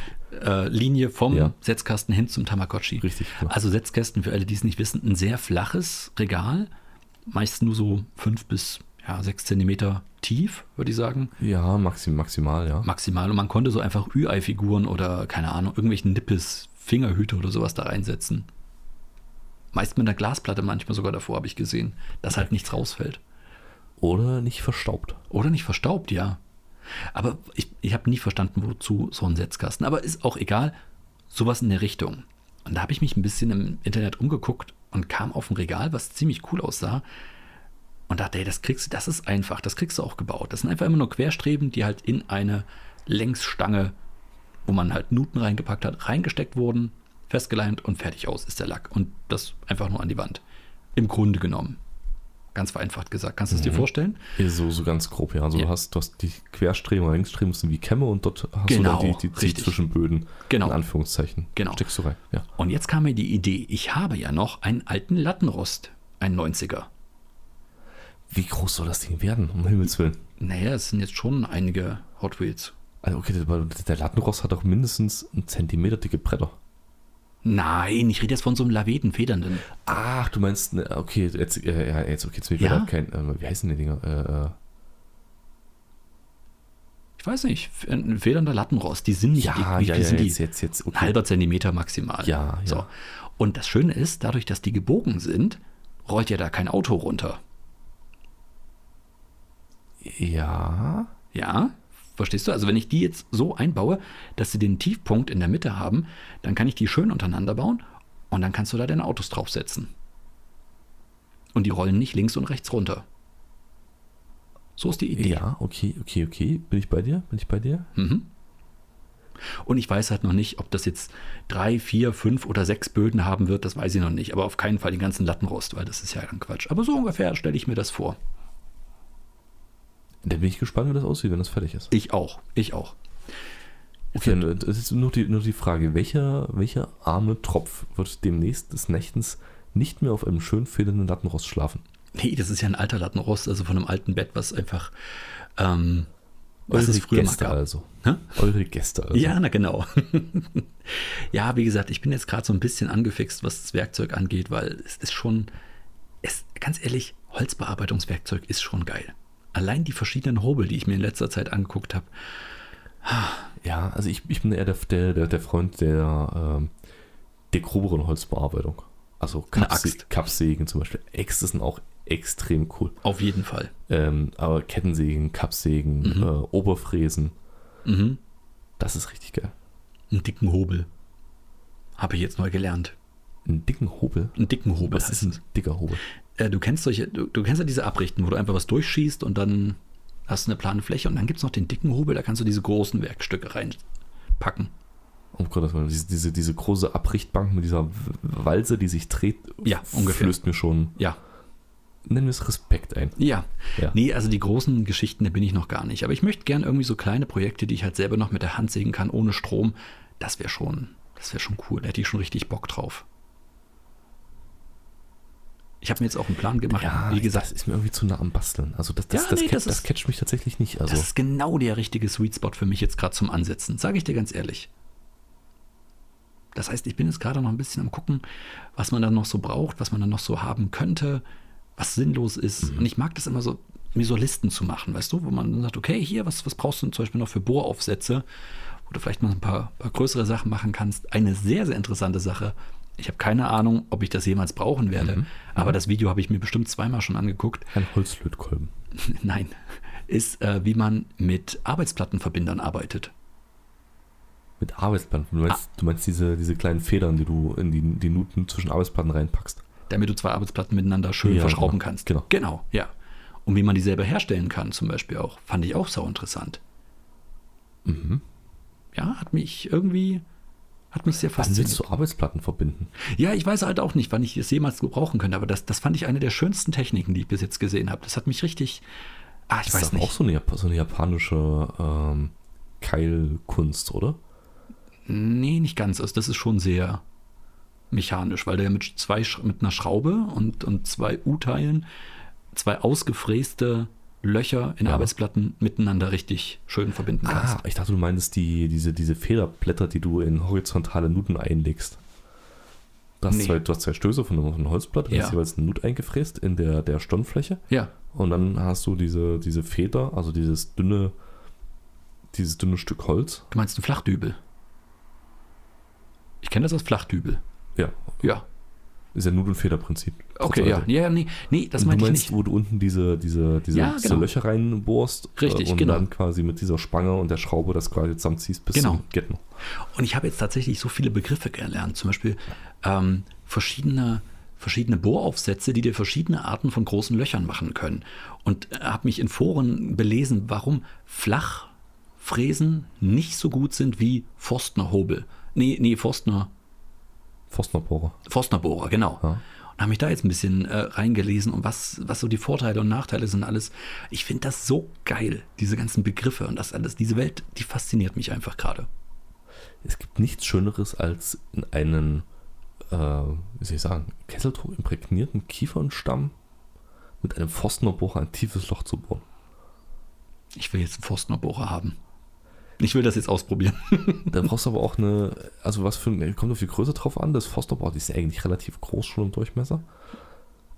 A: äh, Linie vom
B: Ja.
A: Setzkasten hin zum Tamagotchi.
B: Richtig, genau.
A: Also Setzkästen, für alle, die es nicht wissen, ein sehr flaches Regal, meist nur so fünf bis ja, sechs Zentimeter tief, würde ich sagen,
B: Ja, maxim, maximal, ja.
A: maximal. Und man konnte so einfach Ü-Ei-Figuren oder, keine Ahnung, irgendwelchen Nippes, Fingerhüte oder sowas da reinsetzen. Meist mit einer Glasplatte manchmal sogar davor, habe ich gesehen, dass halt nichts rausfällt.
B: Oder nicht verstaubt.
A: Oder nicht verstaubt, ja. Aber ich, ich habe nie verstanden, wozu so ein Setzkasten. Aber ist auch egal, sowas in der Richtung. Und da habe ich mich ein bisschen im Internet umgeguckt und kam auf ein Regal, was ziemlich cool aussah. Und dachte, hey, das kriegst du, das ist einfach, das kriegst du auch gebaut. Das sind einfach immer nur Querstreben, die halt in eine Längsstange, wo man halt Nuten reingepackt hat, reingesteckt wurden, festgeleimt und fertig aus ist der Lack. Und das einfach nur an die Wand. Im Grunde genommen. Ganz vereinfacht gesagt. Kannst du es dir vorstellen?
B: Ja, So, so ganz grob, ja. Also
A: Ja.
B: du hast, du hast die Querstreben und Längsstreben sind wie Kämme und dort hast
A: Genau,
B: du dann die, die, die
A: richtig.
B: Zwischenböden.
A: Genau.
B: In Anführungszeichen.
A: Genau.
B: Steckst du rein. Ja.
A: Und jetzt kam mir die Idee, ich habe ja noch einen alten Lattenrost, einen 90er.
B: Wie groß soll das Ding werden? Um Himmels Willen.
A: Naja, es sind jetzt schon einige Hot Wheels.
B: Also okay, der, der Lattenrost hat auch mindestens einen Zentimeter dicke Bretter.
A: Nein, ich rede jetzt von so einem laveten Federnden.
B: Ach, du meinst, ne, okay, jetzt, äh, ja, jetzt, okay, jetzt will ich
A: Ja?
B: ja? kein, äh, wie heißen die Dinger? Äh, äh,
A: Ich weiß nicht, f- ein federnder Lattenrost. Die sind nicht
B: ja,
A: wie
B: ja,
A: viel
B: ja,
A: sind
B: jetzt,
A: die?
B: jetzt, jetzt,
A: Ein
B: okay.
A: halber Zentimeter maximal.
B: Ja, ja.
A: So. Und das Schöne ist, dadurch, dass die gebogen sind, rollt ja da kein Auto runter.
B: Ja,
A: Ja, verstehst du? Also wenn ich die jetzt so einbaue, dass sie den Tiefpunkt in der Mitte haben, dann kann ich die schön untereinander bauen und dann kannst du da deine Autos draufsetzen. Und die rollen nicht links und rechts runter. So ist die Idee.
B: ja, okay, okay, okay. Bin ich bei dir? Bin ich bei dir?
A: Hm. Und ich weiß halt noch nicht, ob das jetzt drei, vier, fünf oder sechs Böden haben wird, das weiß ich noch nicht. Aber auf keinen Fall den ganzen Lattenrost, weil das ist ja dann Quatsch. Aber so ungefähr stelle ich mir das vor.
B: Dann bin ich gespannt, wie das aussieht, wenn das fertig ist.
A: Ich auch, ich auch.
B: Okay, und es ist nur die, nur die Frage, welcher, welcher arme Tropf wird demnächst des Nächtens nicht mehr auf einem schön federnden Lattenrost schlafen?
A: Nee, das ist ja ein alter Lattenrost, also von einem alten Bett, was einfach, ähm, was
B: Eure
A: es früher mal
B: Gäste
A: gab.
B: also.
A: Hä?
B: Eure Gäste also.
A: Ja, na genau. ja, wie gesagt, ich bin jetzt gerade so ein bisschen angefixt, was das Werkzeug angeht, weil es ist schon, es, ganz ehrlich, Holzbearbeitungswerkzeug ist schon geil. Allein die verschiedenen Hobel, die ich mir in letzter Zeit angeguckt habe.
B: Ja, also ich, ich bin eher der, der, der, der Freund der, ähm, der groberen Holzbearbeitung. Also
A: Eine
B: Kapse-
A: Axt.
B: Kappsägen zum Beispiel. Äxte sind auch extrem cool.
A: Auf jeden Fall.
B: Ähm, aber Kettensägen, Kappsägen, äh, Oberfräsen,
A: Mhm.
B: das ist richtig geil.
A: Einen dicken Hobel. Habe ich jetzt neu gelernt.
B: Einen dicken Hobel.
A: Einen dicken Hobel.
B: Was ist ein dicker Hobel?
A: Äh, du kennst solche, du, du kennst ja diese Abrichten, wo du einfach was durchschießt und dann hast du eine plane Fläche und dann gibt es noch den dicken Hobel, da kannst du diese großen Werkstücke reinpacken.
B: Um Gottes Willen, diese, diese, diese große Abrichtbank mit dieser W- Walze, die sich dreht,
A: Ja, ungefähr.
B: flößt mir schon,
A: Ja.
B: nennen wir es Respekt ein.
A: Ja.
B: Ja.
A: Nee, also die großen Geschichten, da bin ich noch gar nicht. Aber ich möchte gern irgendwie so kleine Projekte, die ich halt selber noch mit der Hand sägen kann, ohne Strom. Das wäre schon, das wäre schon cool. Da hätte ich schon richtig Bock drauf. Ich habe mir jetzt auch einen Plan gemacht. Wie gesagt,
B: das ist mir irgendwie zu nah am Basteln. Also das, das,
A: Ja,
B: das,
A: nee,
B: catch,
A: das
B: das,
A: ist-
B: catcht mich tatsächlich nicht. Also
A: das ist genau der richtige Sweet Spot für mich jetzt gerade zum Ansetzen. Sage ich dir ganz ehrlich. Das heißt, ich bin jetzt gerade noch ein bisschen am gucken, was man dann noch so braucht, was man dann noch so haben könnte, was sinnlos ist.
B: Mhm.
A: Und ich mag das immer so, mir so Listen zu machen, weißt du, wo man dann sagt, okay, hier, was, was brauchst du denn zum Beispiel noch für Bohraufsätze? Wo du vielleicht mal ein paar, paar größere Sachen machen kannst. Eine sehr, sehr interessante Sache Ich habe keine Ahnung, ob ich das jemals brauchen werde.
B: Mhm.
A: Aber das Video habe ich mir bestimmt zweimal schon angeguckt.
B: Ein Holzlötkolben.
A: Nein. Ist, äh, wie man mit Arbeitsplattenverbindern arbeitet.
B: Mit Arbeitsplatten.
A: Ah.
B: Du meinst, du meinst diese, diese kleinen Federn, die du in die, die Nuten zwischen Arbeitsplatten reinpackst.
A: damit du zwei Arbeitsplatten miteinander schön
B: Ja,
A: verschrauben
B: genau.
A: kannst.
B: Genau.
A: Genau, ja. Und wie man die selber herstellen kann, zum Beispiel auch, fand ich auch sau interessant.
B: Mhm.
A: Ja, hat mich irgendwie, hat mich sehr
B: Wann willst
A: fasziniert.
B: du Arbeitsplatten verbinden?
A: Ja, ich weiß halt auch nicht, wann ich es jemals gebrauchen könnte, aber das, das fand ich eine der schönsten Techniken, die ich bis jetzt gesehen habe. Das hat mich richtig, ah, ich
B: Das
A: weiß
B: ist doch auch
A: nicht.
B: so eine, Jap- so eine japanische ähm, Keilkunst, oder?
A: Nee, nicht ganz. Also das ist schon sehr mechanisch, weil du ja mit zwei, Sch- mit einer Schraube und, und zwei U-Teilen zwei ausgefräste Löcher in
B: Ja.
A: Arbeitsplatten miteinander richtig schön verbinden kannst.
B: Ah, ich dachte, du meintest die, diese, diese Federblätter, die du in horizontale Nuten einlegst. Du hast,
A: Nee.
B: zwei, du hast zwei Stöße von einer von einer Holzplatte, da
A: Ja.
B: ist jeweils eine Nut eingefräst in der, der Stirnfläche.
A: Ja,
B: Und dann hast du diese, diese Feder, also dieses dünne, dieses dünne Stück Holz.
A: Du meinst einen Flachdübel? Ich kenne das aus Flachdübel.
B: Ja,
A: Ja.
B: ist ja Nut- und Federprinzip.
A: Okay, ja.
B: Sozusagen.
A: Ja, nee, nee, das
B: Und
A: meinte
B: du
A: ich
B: meinst,
A: nicht.
B: wo du unten diese, diese, diese,
A: Ja,
B: diese
A: genau.
B: Löcher reinbohrst äh,
A: Richtig,
B: und
A: genau.
B: dann quasi mit dieser Spange und der Schraube das quasi zusammenziehst bis
A: Genau.
B: zum Get noch.
A: Und ich habe jetzt tatsächlich so viele Begriffe gelernt. Zum Beispiel ähm, verschiedene, verschiedene Bohraufsätze, die dir verschiedene Arten von großen Löchern machen können. Und äh, habe mich in Foren belesen, warum Flachfräsen nicht so gut sind wie Forstnerhobel. Nee, nee, Forstner,
B: Forstnerbohrer.
A: Forstnerbohrer, genau.
B: Ja.
A: Und habe mich da jetzt ein bisschen äh, reingelesen und was, was so die Vorteile und Nachteile sind alles. Ich finde das so geil, diese ganzen Begriffe und das alles. Diese Welt, die fasziniert mich einfach gerade.
B: Es gibt nichts Schöneres als in einen, äh, wie soll ich sagen, Kesseltuch imprägnierten Kiefernstamm mit einem Forstnerbohrer ein tiefes Loch zu bohren.
A: Ich will jetzt einen Forstnerbohrer haben. Ich will das jetzt ausprobieren.
B: Dann brauchst du aber auch eine, also was für eine, kommt auf die Größe drauf an, das Forstnerbohrer, die ist ja eigentlich relativ groß schon im Durchmesser.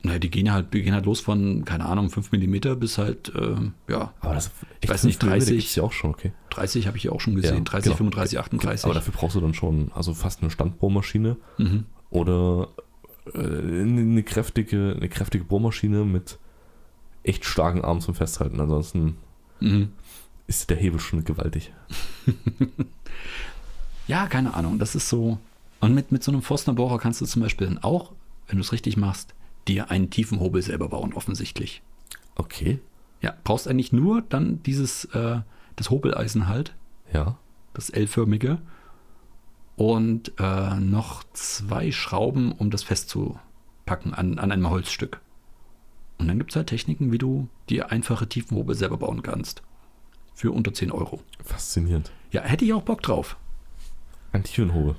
A: naja, die gehen halt, die gehen halt los von, keine Ahnung, 5 mm bis halt, ähm, ja,
B: Aber das,
A: Ich weiß nicht, 30
B: ist ja auch schon, okay.
A: 30 habe ich ja auch schon gesehen.
B: Ja,
A: 30,
B: genau.
A: 35, 38.
B: Aber dafür brauchst du dann schon, also fast eine Standbohrmaschine
A: mhm.
B: oder äh, eine eine kräftige, eine kräftige Bohrmaschine mit echt starken Armen zum Festhalten. Ansonsten
A: Mhm.
B: ist der Hebel schon gewaltig.
A: Ja, keine Ahnung, das ist so. Und mit, mit so einem Forstnerbohrer kannst du zum Beispiel dann auch, wenn du es richtig machst, dir einen tiefen Hobel selber bauen, offensichtlich.
B: Okay.
A: Ja, brauchst eigentlich nur dann dieses, äh, das Hobeleisen halt,
B: Ja.
A: das L-förmige und äh, noch zwei Schrauben, um das festzupacken an, an einem Holzstück. Und dann gibt es halt Techniken, wie du dir einfache Tiefenhobel selber bauen kannst. Für unter 10 Euro.
B: Faszinierend.
A: Ja, hätte ich auch Bock drauf.
B: Ein Tiefenhobel.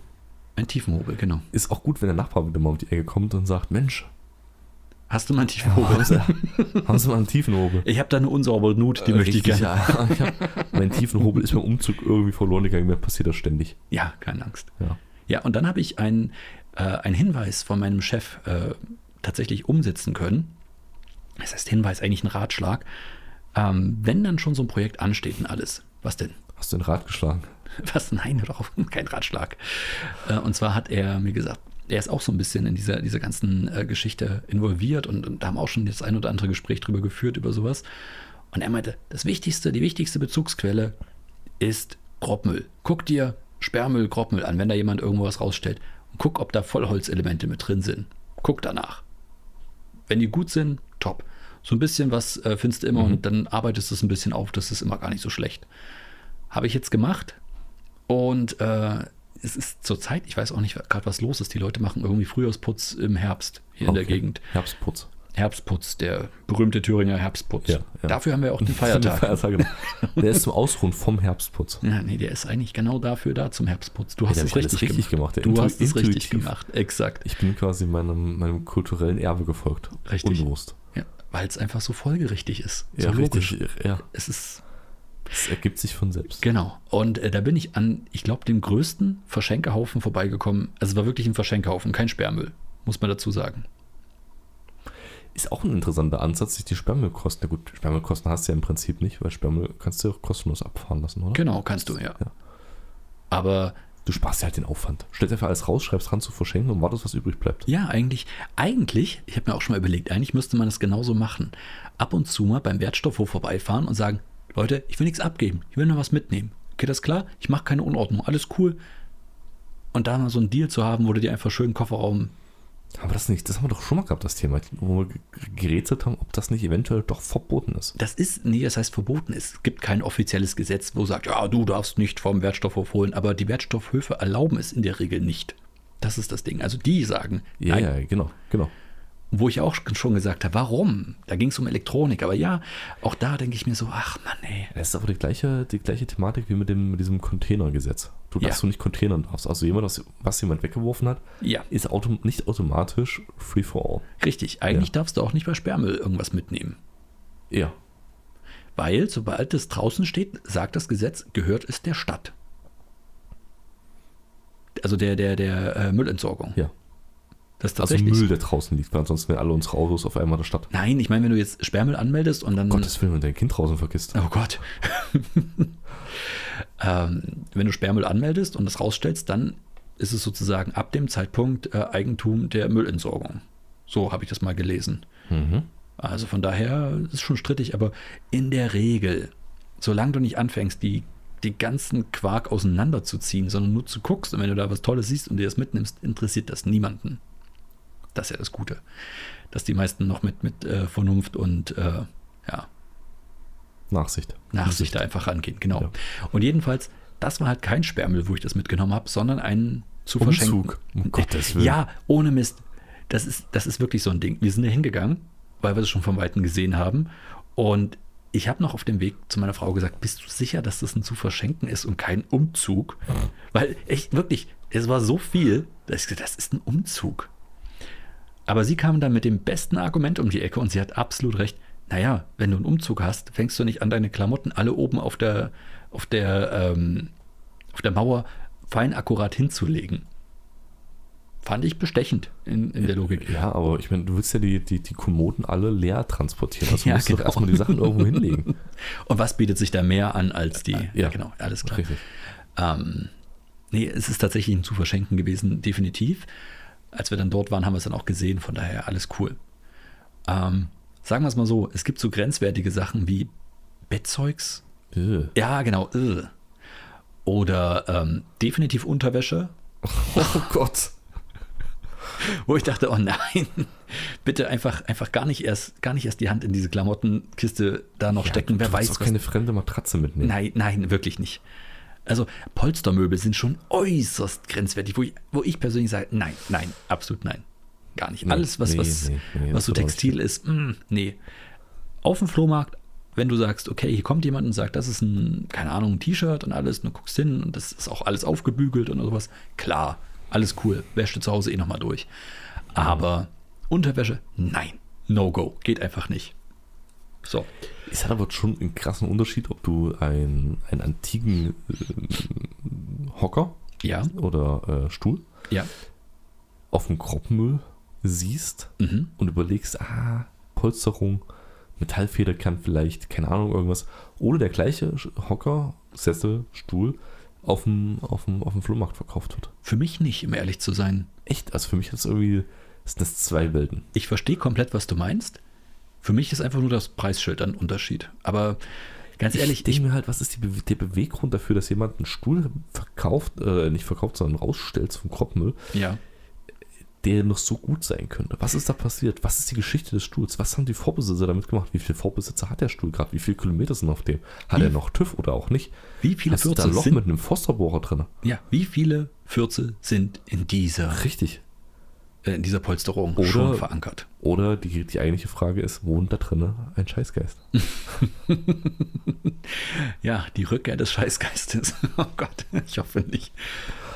A: Ein Tiefenhobel, genau.
B: Ist auch gut, wenn der Nachbar wieder mal um die Ecke kommt und sagt, Mensch,
A: Hast du mal einen
B: haben
A: Tiefenhobel?
B: Sie, haben Sie mal einen Tiefenhobel? Äh,
A: Ich habe da eine unsaubere Nut, die möchte ich
B: Richtig,
A: gerne.
B: Ja, ich hab, mein Tiefenhobel ist beim Umzug irgendwie verloren gegangen. Mir passiert das ständig.
A: Ja, keine Angst.
B: Ja.
A: Ja, und dann habe ich einen, äh, einen Hinweis von meinem Chef äh, tatsächlich umsetzen können. Das heißt Hinweis, eigentlich ein Ratschlag. Ähm, wenn dann schon so ein Projekt ansteht und alles, was denn?
B: Hast du den Rad geschlagen?
A: Was? Nein, hör doch auf, kein Ratschlag. Äh, und zwar hat er mir gesagt, er ist auch so ein bisschen in dieser, dieser ganzen äh, Geschichte involviert und, und da haben auch schon das ein oder andere Gespräch drüber geführt, über sowas. Und er meinte, das Wichtigste, die wichtigste Bezugsquelle ist Grobmüll. Guck dir Sperrmüll, Grobmüll an, wenn da jemand irgendwo was rausstellt und guck, ob da Vollholzelemente mit drin sind. Guck danach. Wenn die gut sind, top. So ein bisschen was äh, findest du immer
B: Mhm.
A: und dann arbeitest du es ein bisschen auf, das ist immer gar nicht so schlecht. Habe ich jetzt gemacht und äh, es ist zurzeit, ich weiß auch nicht gerade, was los ist. Die Leute machen irgendwie Frühjahrsputz im Herbst hier in der
B: Okay.
A: Gegend.
B: Herbstputz.
A: Herbstputz, der berühmte Thüringer Herbstputz.
B: Ja, ja.
A: Dafür haben wir auch den Feiertag.
B: Feiertag genau. Der ist zum Ausruhen vom Herbstputz.
A: Ja, nee, der ist eigentlich genau dafür da zum Herbstputz. Du hast
B: der
A: es
B: hat alles
A: richtig,
B: richtig
A: gemacht.
B: gemacht, der
A: Du
B: intu-
A: hast es richtig
B: intuitiv.
A: gemacht. Exakt.
B: Ich bin quasi meinem, meinem kulturellen Erbe gefolgt.
A: Richtig.
B: Unbewusst.
A: Ja, Weil es einfach so folgerichtig ist. So
B: richtig. Ja,
A: Es ist,
B: es ergibt sich von selbst.
A: genau. Und äh, da bin ich an, ich glaube, dem größten Verschenkerhaufen vorbeigekommen. Also es war wirklich ein Verschenkerhaufen, kein Sperrmüll, muss man dazu sagen.
B: Ist auch ein interessanter Ansatz, sich die Sperrmüllkosten. Na gut, Sperrmüllkosten hast du ja im Prinzip nicht, weil Sperrmüll kannst du ja auch kostenlos abfahren lassen, oder?
A: Genau, kannst du, ja.
B: Ja.
A: Aber
B: Du sparst dir halt den Aufwand. Stellst einfach alles raus, schreibst dran zu verschenken und wartest, was übrig bleibt.
A: Ja, eigentlich, eigentlich, ich habe mir auch schon mal überlegt, eigentlich müsste man das genauso machen. Ab und zu mal beim Wertstoffhof vorbeifahren und sagen, Leute, ich will nichts abgeben, ich will nur was mitnehmen. Okay, das ist klar, ich mache keine Unordnung, alles cool. Und da mal so einen Deal zu haben, wo du dir einfach schön einen Kofferraum.
B: Aber das nicht, das haben wir doch schon mal gehabt, das Thema, wo wir ge- gerätselt haben, ob das nicht eventuell doch verboten ist.
A: Das ist, nee, das heißt verboten. Es gibt kein offizielles Gesetz, wo sagt, ja, du darfst nicht vom Wertstoffhof holen, aber die Wertstoffhöfe erlauben es in der Regel nicht. Das ist das Ding. Also die sagen,
B: Ja,
A: nein,
B: ja, genau, genau.
A: wo ich auch schon gesagt habe, warum? Da ging es um Elektronik, aber ja, auch da denke ich mir so, ach Mann, ey.
B: Es ist aber die gleiche, die gleiche Thematik wie mit, dem, mit diesem Containergesetz. Du
A: Ja.
B: darfst du nicht containern darfst. Also jemand, was, was jemand weggeworfen hat,
A: Ja,
B: ist autom nicht automatisch free for all.
A: richtig. Eigentlich darfst du auch nicht bei Sperrmüll irgendwas mitnehmen.
B: Ja.
A: Weil, sobald es draußen steht, sagt das Gesetz, gehört es der Stadt. Also der, der, der äh, Müllentsorgung.
B: Ja.
A: Das ist
B: Also
A: tatsächlich.
B: Müll, der draußen liegt, weil ansonsten wären alle unsere Autos auf einmal in der Stadt.
A: Nein, ich meine, wenn du jetzt Sperrmüll anmeldest und dann.
B: Gottes Willen, wenn dein Kind draußen vergisst.
A: Oh Gott. ähm, wenn du Sperrmüll anmeldest und das rausstellst, dann ist es sozusagen ab dem Zeitpunkt äh, Eigentum der Müllentsorgung. So habe ich das mal gelesen.
B: Mhm.
A: Also von daher ist es schon strittig, aber in der Regel, solange du nicht anfängst, die, die ganzen Quark auseinanderzuziehen, sondern nur zu guckst und wenn du da was Tolles siehst und dir das mitnimmst, interessiert das niemanden. Das ist ja das Gute, dass die meisten noch mit, mit äh, Vernunft und äh, ja,
B: Nachsicht.
A: Nachsicht da einfach rangehen, genau.
B: Ja.
A: Und jedenfalls, das war halt kein Sperrmüll, wo ich das mitgenommen habe, sondern einen zu verschenken.
B: Umzug. Um Gottes Willen.
A: Ja, ohne Mist. Das ist, das ist wirklich so ein Ding. Wir sind da hingegangen, weil wir es schon von Weitem gesehen haben. Und ich habe noch auf dem Weg zu meiner Frau gesagt, bist du sicher, dass das ein zu verschenken ist und kein Umzug? Weil echt, wirklich, es war so viel, dass ich gesagt das ist ein Umzug. Aber sie kamen dann mit dem besten Argument um die Ecke und sie hat absolut recht. Naja, wenn du einen Umzug hast, fängst du nicht an, deine Klamotten alle oben auf der, auf der, ähm, auf der Mauer fein akkurat hinzulegen. Fand ich bestechend in, in der Logik.
B: Ja, aber ich meine, du willst ja die, die, die Kommoden alle leer transportieren. Also
A: Ja,
B: musst du
A: genau.
B: doch erstmal die Sachen irgendwo hinlegen.
A: Und was bietet sich da mehr an als die?
B: Äh, ja.
A: genau, alles klar.
B: Richtig.
A: Ähm, nee, es ist tatsächlich ein zu verschenken gewesen, definitiv. Als wir dann dort waren, haben wir es dann auch gesehen, von daher alles cool. Ähm, sagen wir es mal so, es gibt so grenzwertige Sachen wie Bettzeugs.
B: Äh.
A: Ja, genau. Äh. Oder ähm, definitiv Unterwäsche,
B: Oh Gott.
A: wo ich dachte, oh nein, bitte einfach, einfach gar nicht erst, gar nicht erst die Hand in diese Klamottenkiste da noch stecken. Wer
B: du willst
A: weiß,
B: doch
A: was
B: keine fremde Matratze mitnehmen.
A: Nein, nein, wirklich nicht. Also Polstermöbel sind schon äußerst grenzwertig, wo ich, wo ich persönlich sage, nein, nein, absolut nein. Gar nicht.
B: Nee,
A: Alles, was,
B: nee,
A: was,
B: nee, nee,
A: was
B: das
A: so
B: wird auch nicht
A: textil ist, mm, nee. Auf dem Flohmarkt, wenn du sagst, okay, hier kommt jemand und sagt, das ist ein, keine Ahnung, ein T-Shirt und alles, und du guckst hin und das ist auch alles aufgebügelt und sowas, klar, alles cool, wäschst du zu Hause eh nochmal durch. Aber Unterwäsche, nein, no go, geht einfach nicht. So.
B: Es hat aber schon einen krassen Unterschied, ob du einen, einen antiken äh, Hocker
A: Ja,
B: oder äh, Stuhl
A: ja.
B: auf dem Kroppenmüll siehst
A: Mhm.
B: und überlegst, ah, Polsterung, Metallfederkant vielleicht, keine Ahnung, irgendwas. Oder der gleiche Sch- Hocker, Sessel, Stuhl auf dem, auf dem, auf dem Flohmarkt verkauft wird.
A: Für mich nicht, um ehrlich zu sein.
B: Echt, also für mich ist das irgendwie, sind das zwei Welten.
A: Ich verstehe komplett, was du meinst. Für mich ist einfach nur das Preisschild ein Unterschied. Aber ganz
B: ich
A: ehrlich, ich,
B: denke mir halt, was ist die, Be- der Beweggrund dafür, dass jemand einen Stuhl verkauft, äh, nicht verkauft, sondern rausstellt zum Kroppenmüll,
A: ja,
B: der noch so gut sein könnte. Was ist da passiert? Was ist die Geschichte des Stuhls? Was haben die Vorbesitzer damit gemacht? Wie viele Vorbesitzer hat der Stuhl gerade? Wie viele Kilometer sind auf dem? Hat
A: Wie-
B: er noch TÜV oder auch nicht?
A: wie viele
B: Hast du da ein
A: Fürze
B: Loch
A: sind,
B: mit einem Fosterbohrer drin?
A: ja, wie viele Fürze sind in dieser,
B: Richtig.
A: äh, in dieser Polsterung
B: Oder-
A: schon verankert?
B: Oder die, die eigentliche Frage ist, wohnt da drin ein Scheißgeist?
A: Ja, die Rückkehr des Scheißgeistes. Oh Gott, ich hoffe nicht.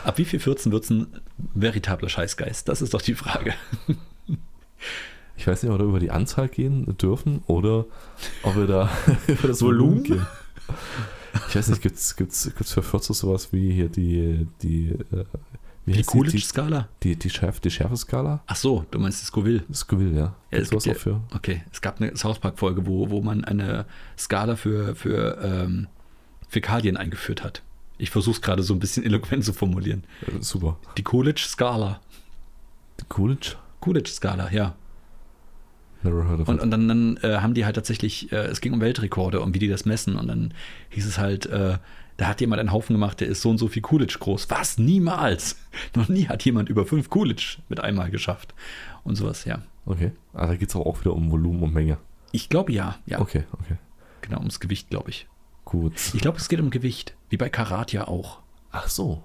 A: Ab wie viel Fürzen wird es ein veritabler Scheißgeist? Das ist doch die Frage.
B: Ich weiß nicht, ob wir da über die Anzahl gehen dürfen oder ob wir da über das
A: Volumen?
B: Volumen gehen. Ich weiß nicht, gibt es gibt's, gibt's für Fürze sowas wie hier die, die, äh, wie
A: Die
B: heißt die, die,
A: Coolidge-Skala?
B: die, die, Schärf, die Schärfeskala?
A: Ach so, du meinst die Scoville.
B: Scoville, ja.
A: Ja, es
B: Gibt's sowas auch
A: gibt ja-
B: für?
A: Okay, es gab eine South Park-Folge, wo, wo man eine Skala für, für ähm, Fäkalien eingeführt hat. Ich versuche es gerade so ein bisschen eloquent zu formulieren.
B: Äh, super.
A: Die Coolidge-Skala.
B: Die Coolidge?
A: Coolidge-Skala, ja.
B: Never heard of
A: Und,
B: it.
A: und dann, dann äh, haben die halt tatsächlich, äh, es ging um Weltrekorde und wie die das messen. Und dann hieß es halt, äh, da hat jemand einen Haufen gemacht, der ist so und so viel Coolidge groß. Was? Niemals! Noch nie hat jemand über fünf Coolidge mit einmal geschafft. Und sowas, ja.
B: Okay. Ah, da geht es auch wieder um Volumen und Menge.
A: Ich glaube ja, ja.
B: Okay, okay.
A: Genau, ums Gewicht, glaube ich.
B: Gut.
A: Ich glaube, es geht um Gewicht. Wie bei Karat ja auch.
B: Ach so.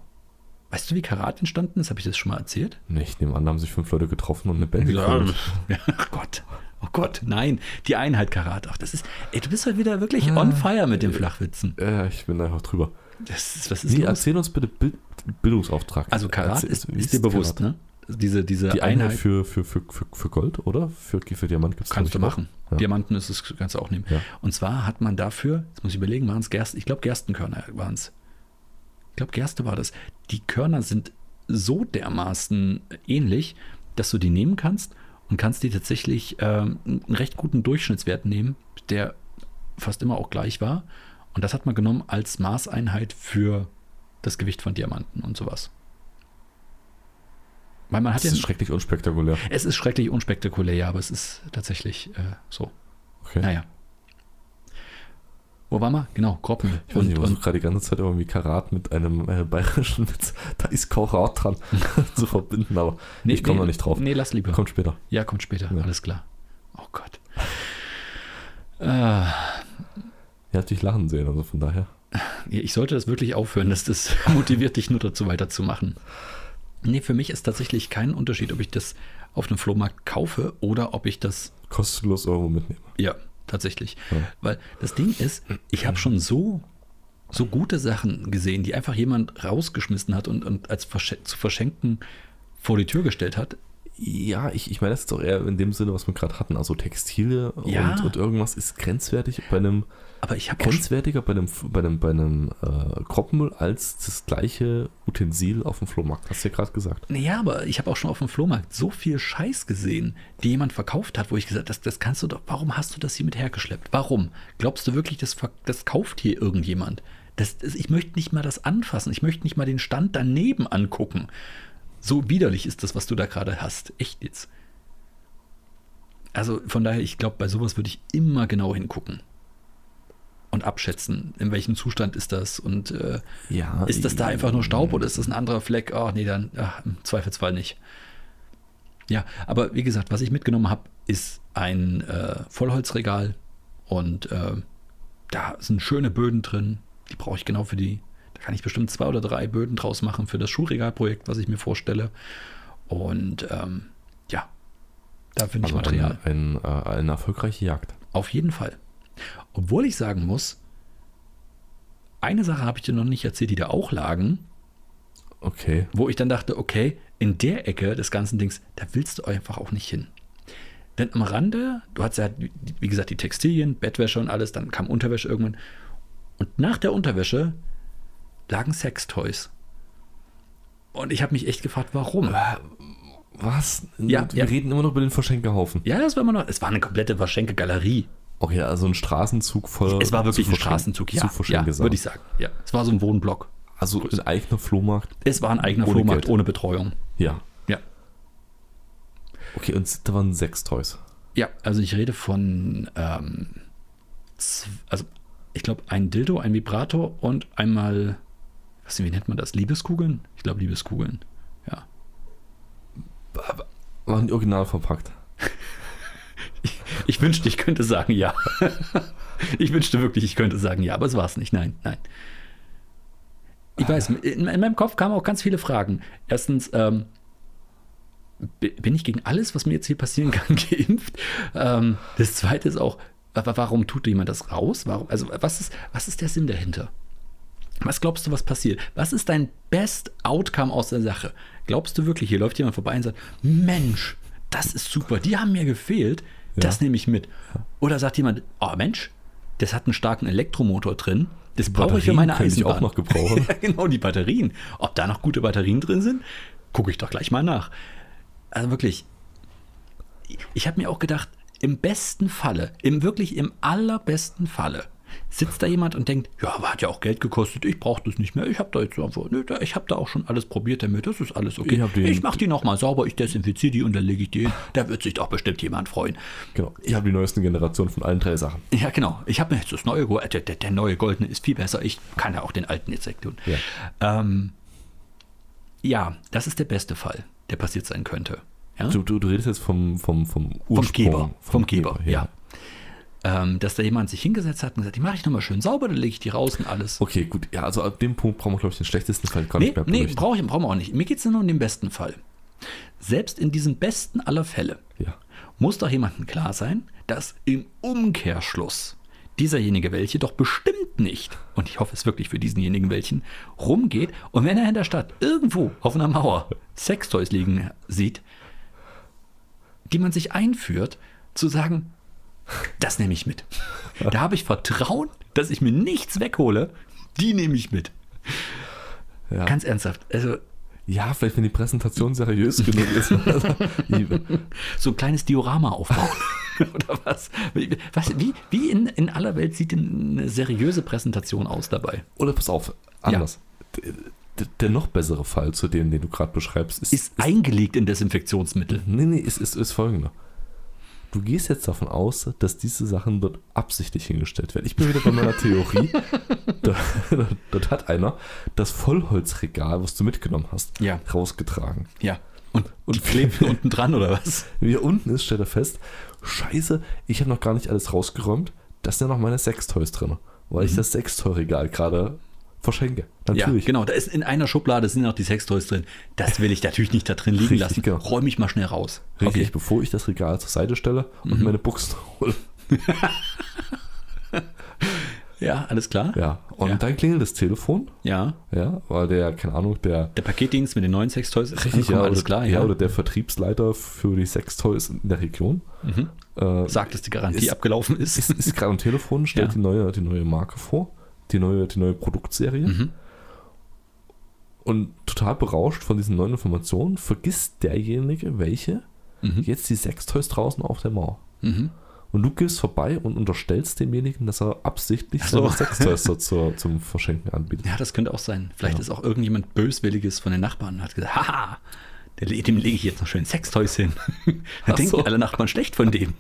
A: Weißt du, wie Karat entstanden ist? Habe ich das schon mal erzählt?
B: Nee, ich nehme an, da haben sich fünf Leute getroffen und eine Band gegründet.
A: Ja, Ach Gott. Oh Gott, nein. Die Einheit Karat. Ach, das ist. Ey, du bist heute wieder wirklich on fire mit den Flachwitzen.
B: Ja, ich bin einfach drüber.
A: Das ist, was ist
B: Nee,
A: los?
B: erzähl uns bitte Bild, Bildungsauftrag.
A: Also Karat
B: Erzähl-
A: ist,
B: wie
A: ist dir bewusst,
B: Karat?
A: ne? Diese, diese
B: Die
A: Einheit,
B: Einheit für, für, für, für, für Gold, oder? Für, für Diamant gibt es
A: kannst du machen.
B: Ja.
A: Diamanten ist das kannst du auch nehmen.
B: Ja.
A: Und zwar hat man dafür, jetzt muss ich überlegen, waren es Gersten, ich glaube Gerstenkörner waren es. Ich glaube Gerste war das. Die Körner sind so dermaßen ähnlich, dass du die nehmen kannst und kannst die tatsächlich ähm, einen recht guten Durchschnittswert nehmen, der fast immer auch gleich war. Und das hat man genommen als Maßeinheit für das Gewicht von Diamanten und sowas. Weil man hat
B: Das
A: ja
B: ist schrecklich unspektakulär.
A: Es ist schrecklich unspektakulär, ja, aber es ist tatsächlich äh, so.
B: Okay.
A: Naja. Wo waren wir? Genau, Kroppen.
B: Ich weiß
A: Und,
B: nicht, was
A: und,
B: gerade die ganze Zeit irgendwie Karat mit einem äh, bayerischen Witz, da ist Karat dran, zu verbinden, aber ich komme noch nicht drauf.
A: Nee, lass lieber.
B: Kommt später.
A: Ja, kommt später,
B: Ja.
A: alles klar. Oh Gott. Äh,
B: Ihr habt dich lachen sehen, also von daher.
A: ich sollte das wirklich aufhören, dass das motiviert dich nur dazu weiterzumachen. Nee, für mich ist tatsächlich kein Unterschied, ob ich das auf dem Flohmarkt kaufe oder ob ich das
B: Kostenlos irgendwo mitnehmen.
A: Ja, tatsächlich.
B: Ja.
A: Weil das Ding ist, ich habe schon so, so gute Sachen gesehen, die einfach jemand rausgeschmissen hat und, und als versche- zu verschenken vor die Tür gestellt hat.
B: Ja, ich, ich meine das jetzt auch eher in dem Sinne, was wir gerade hatten. Also Textile
A: Ja.
B: und, und irgendwas ist grenzwertig bei einem,
A: Aber ich habe auch
B: grenzwertiger bei einem, bei einem, bei einem äh, Kroppenmüll als das gleiche Utensil auf dem Flohmarkt. Hast du ja gerade gesagt.
A: Ja, aber ich habe auch schon auf dem Flohmarkt so viel Scheiß gesehen, die jemand verkauft hat, wo ich gesagt habe, das, das kannst du doch, warum hast du das hier mit hergeschleppt? Warum? Glaubst du wirklich, das, ver- das kauft hier irgendjemand? Das, das, ich möchte nicht mal das anfassen, ich möchte nicht mal den Stand daneben angucken. So widerlich ist das, was du da gerade hast. Echt jetzt. Also von daher, ich glaube, bei sowas würde ich immer genau hingucken. Und abschätzen, in welchem Zustand ist das und äh,
B: Ja. äh,
A: ist das da einfach nur Staub oder ist das ein anderer Fleck? Oh, nee, dann ach, im Zweifelsfall nicht. Ja, aber wie gesagt, was ich mitgenommen habe, ist ein äh, Vollholzregal und äh, da sind schöne Böden drin. Die brauche ich genau für die. Da kann ich bestimmt zwei oder drei Böden draus machen für das Schuhregalprojekt, was ich mir vorstelle. Und ähm, ja, da finde ich
B: also
A: Material.
B: ein, ein, äh, eine erfolgreiche Jagd.
A: Auf jeden Fall. Obwohl ich sagen muss, eine Sache habe ich dir noch nicht erzählt, die da auch lagen.
B: Okay.
A: wo ich dann dachte, okay, in der Ecke des ganzen Dings, da willst du einfach auch nicht hin. Denn am Rande, du hattest ja, wie- wie gesagt, die Textilien, Bettwäsche und alles, dann kam Unterwäsche irgendwann. Und nach der Unterwäsche lagen Sextoys. Und ich habe mich echt gefragt, warum?
B: Was?
A: Ja, ja.
B: wir reden immer noch über den Verschenkerhaufen.
A: Ja, das war immer noch, es war eine komplette Verschenke-Galerie.
B: Okay, also ein Straßenzug voll.
A: Es war wirklich
B: zu
A: ein
B: verschenken-
A: Straßenzug,
B: Zu
A: ja, ja
B: verschenken
A: würde ich sagen. Ja, es war so ein Wohnblock.
B: Also ein eigener Flohmarkt.
A: Es war ein eigener
B: Ohne
A: Flohmarkt
B: Geld.
A: ohne Betreuung.
B: Ja.
A: Ja,
B: Okay, und da waren sechs Toys.
A: Ja, also ich rede von, ähm, zw- also ich glaube, ein Dildo, ein Vibrator und einmal, was wie nennt man das? Liebeskugeln? Ich glaube, Liebeskugeln. Ja.
B: Waren original verpackt.
A: Ich wünschte, ich könnte sagen ja. ich wünschte wirklich, ich könnte sagen ja, aber es war es nicht. Nein, nein. Ich weiß, in, in meinem Kopf kamen auch ganz viele Fragen. Erstens, ähm, bi- bin ich gegen alles, was mir jetzt hier passieren kann, geimpft? Ähm, das zweite ist auch, wa- wa- warum tut jemand das raus? Warum, also, was ist, was ist der Sinn dahinter? Was glaubst du, was passiert? Was ist dein Best Outcome aus der Sache? Glaubst du wirklich, hier läuft jemand vorbei und sagt, Mensch, das ist super, die haben mir gefehlt, das nehme ich mit. Oder sagt jemand, oh Mensch, das hat einen starken Elektromotor drin, das brauche ich für
B: Batterien
A: meine
B: könnte ich
A: Eisenbahn.
B: auch noch gebrauchen.
A: ja, genau, die Batterien. Ob da noch gute Batterien drin sind, gucke ich doch gleich mal nach. Also wirklich, ich habe mir auch gedacht, im besten Falle, im wirklich im allerbesten Falle sitzt da jemand und denkt, ja, aber hat ja auch Geld gekostet, ich brauche das nicht mehr, ich habe da jetzt einfach, nö, da, ich habe da auch schon alles probiert damit, das ist alles okay.
B: Ich hab den-
A: Ich, mache die nochmal sauber, ich desinfiziere die und dann lege ich die hin, da wird sich doch bestimmt jemand freuen.
B: Genau. Ich habe die neuesten Generationen von allen drei Sachen.
A: Ja, genau. Ich habe mir jetzt das neue, geholt. der, der, der neue goldene ist viel besser. Ich kann ja auch den alten jetzt wegtun.
B: Ja.
A: Ähm, ja, das ist der beste Fall, der passiert sein könnte. Ja?
B: Du, du, du redest jetzt vom, vom, vom Ursprung.
A: vom Geber. Vom, Geber, ja. Ähm, dass da jemand sich hingesetzt hat und gesagt, die mache ich nochmal schön sauber, dann lege ich die raus und alles.
B: Okay, gut. Ja, also ab dem Punkt brauchen wir, glaube ich, den schlechtesten Fall gar
A: Nee,
B: nicht mehr
A: nee
B: beleuchten.
A: brauche ich brauchen wir auch nicht. Mir geht es nur um den besten Fall. Selbst in diesem besten aller Fälle
B: Ja.
A: muss doch jemandem klar sein, dass im Umkehrschluss dieserjenige welche doch bestimmt nicht, und ich hoffe es wirklich für diesenjenigen welchen, rumgeht und wenn er in der Stadt irgendwo auf einer Mauer Sextoys liegen sieht, die man sich einführt, zu sagen, das nehme ich mit. Da habe ich Vertrauen, dass ich mir nichts weghole, die nehme ich mit.
B: Ja.
A: Ganz ernsthaft. Also
B: ja, vielleicht, wenn die Präsentation seriös genug ist.
A: so ein kleines Diorama aufbauen. Oder was? Wie- was wie wie in, in aller Welt sieht denn eine seriöse Präsentation aus dabei?
B: Oder pass auf, anders. D- d- Der noch bessere Fall zu dem, den du gerade beschreibst, ist,
A: Ist eingelegt in Desinfektionsmittel.
B: Nee, nee, es ist, ist folgender. Du gehst jetzt davon aus, dass diese Sachen dort absichtlich hingestellt werden. Ich bin wieder bei meiner Theorie. dort, dort hat einer das Vollholzregal, was du mitgenommen hast,
A: Ja.
B: rausgetragen.
A: Ja. Und, und klebt unten dran oder was?
B: Wenn hier unten ist, stellt er fest, scheiße, ich habe noch gar nicht alles rausgeräumt. Da sind ja noch meine Sextoys drin, weil ich das Sextoy-Regal gerade verschenke. Natürlich.
A: Mhm. Ja, genau. Da ist in einer Schublade sind noch die Sextoys drin. Das will ich natürlich nicht da drin liegen
B: Richtig,
A: lassen.
B: genau.
A: Räum ich mal schnell raus.
B: Richtig, bevor ich das Regal zur Seite stelle und
A: Mhm.
B: meine Buchsen hole.
A: Ja, alles klar.
B: Ja, und
A: Ja.
B: dann klingelt das Telefon.
A: Ja.
B: Ja, weil der, keine Ahnung, der
A: Der Paketdienst mit den neuen Sextoys ist
B: Richtig,
A: angekommen,
B: ja,
A: alles
B: oder,
A: klar.
B: ja. oder der Vertriebsleiter für die Sextoys in der Region. Äh,
A: Mhm. Sagt, dass die Garantie
B: Ist-
A: abgelaufen ist.
B: ist, ist gerade am Telefon, stellt
A: Ja.
B: die, neue, die neue Marke vor, die neue, die neue Produktserie.
A: Mhm.
B: Und total berauscht von diesen neuen Informationen, vergisst derjenige, welche
A: Mhm.
B: jetzt die Sextoys draußen auf der Mauer. Und du gehst vorbei und unterstellst demjenigen, dass er absichtlich
A: so.
B: so Sextoys dort zur, zum Verschenken anbietet.
A: Ja, das könnte auch sein. Vielleicht ist auch irgendjemand Böswilliges von den Nachbarn und hat gesagt, haha, der, le- dem lege ich jetzt noch schön Sextoys hin. Dann
B: Ach
A: denken
B: so.
A: alle Nachbarn schlecht von dem.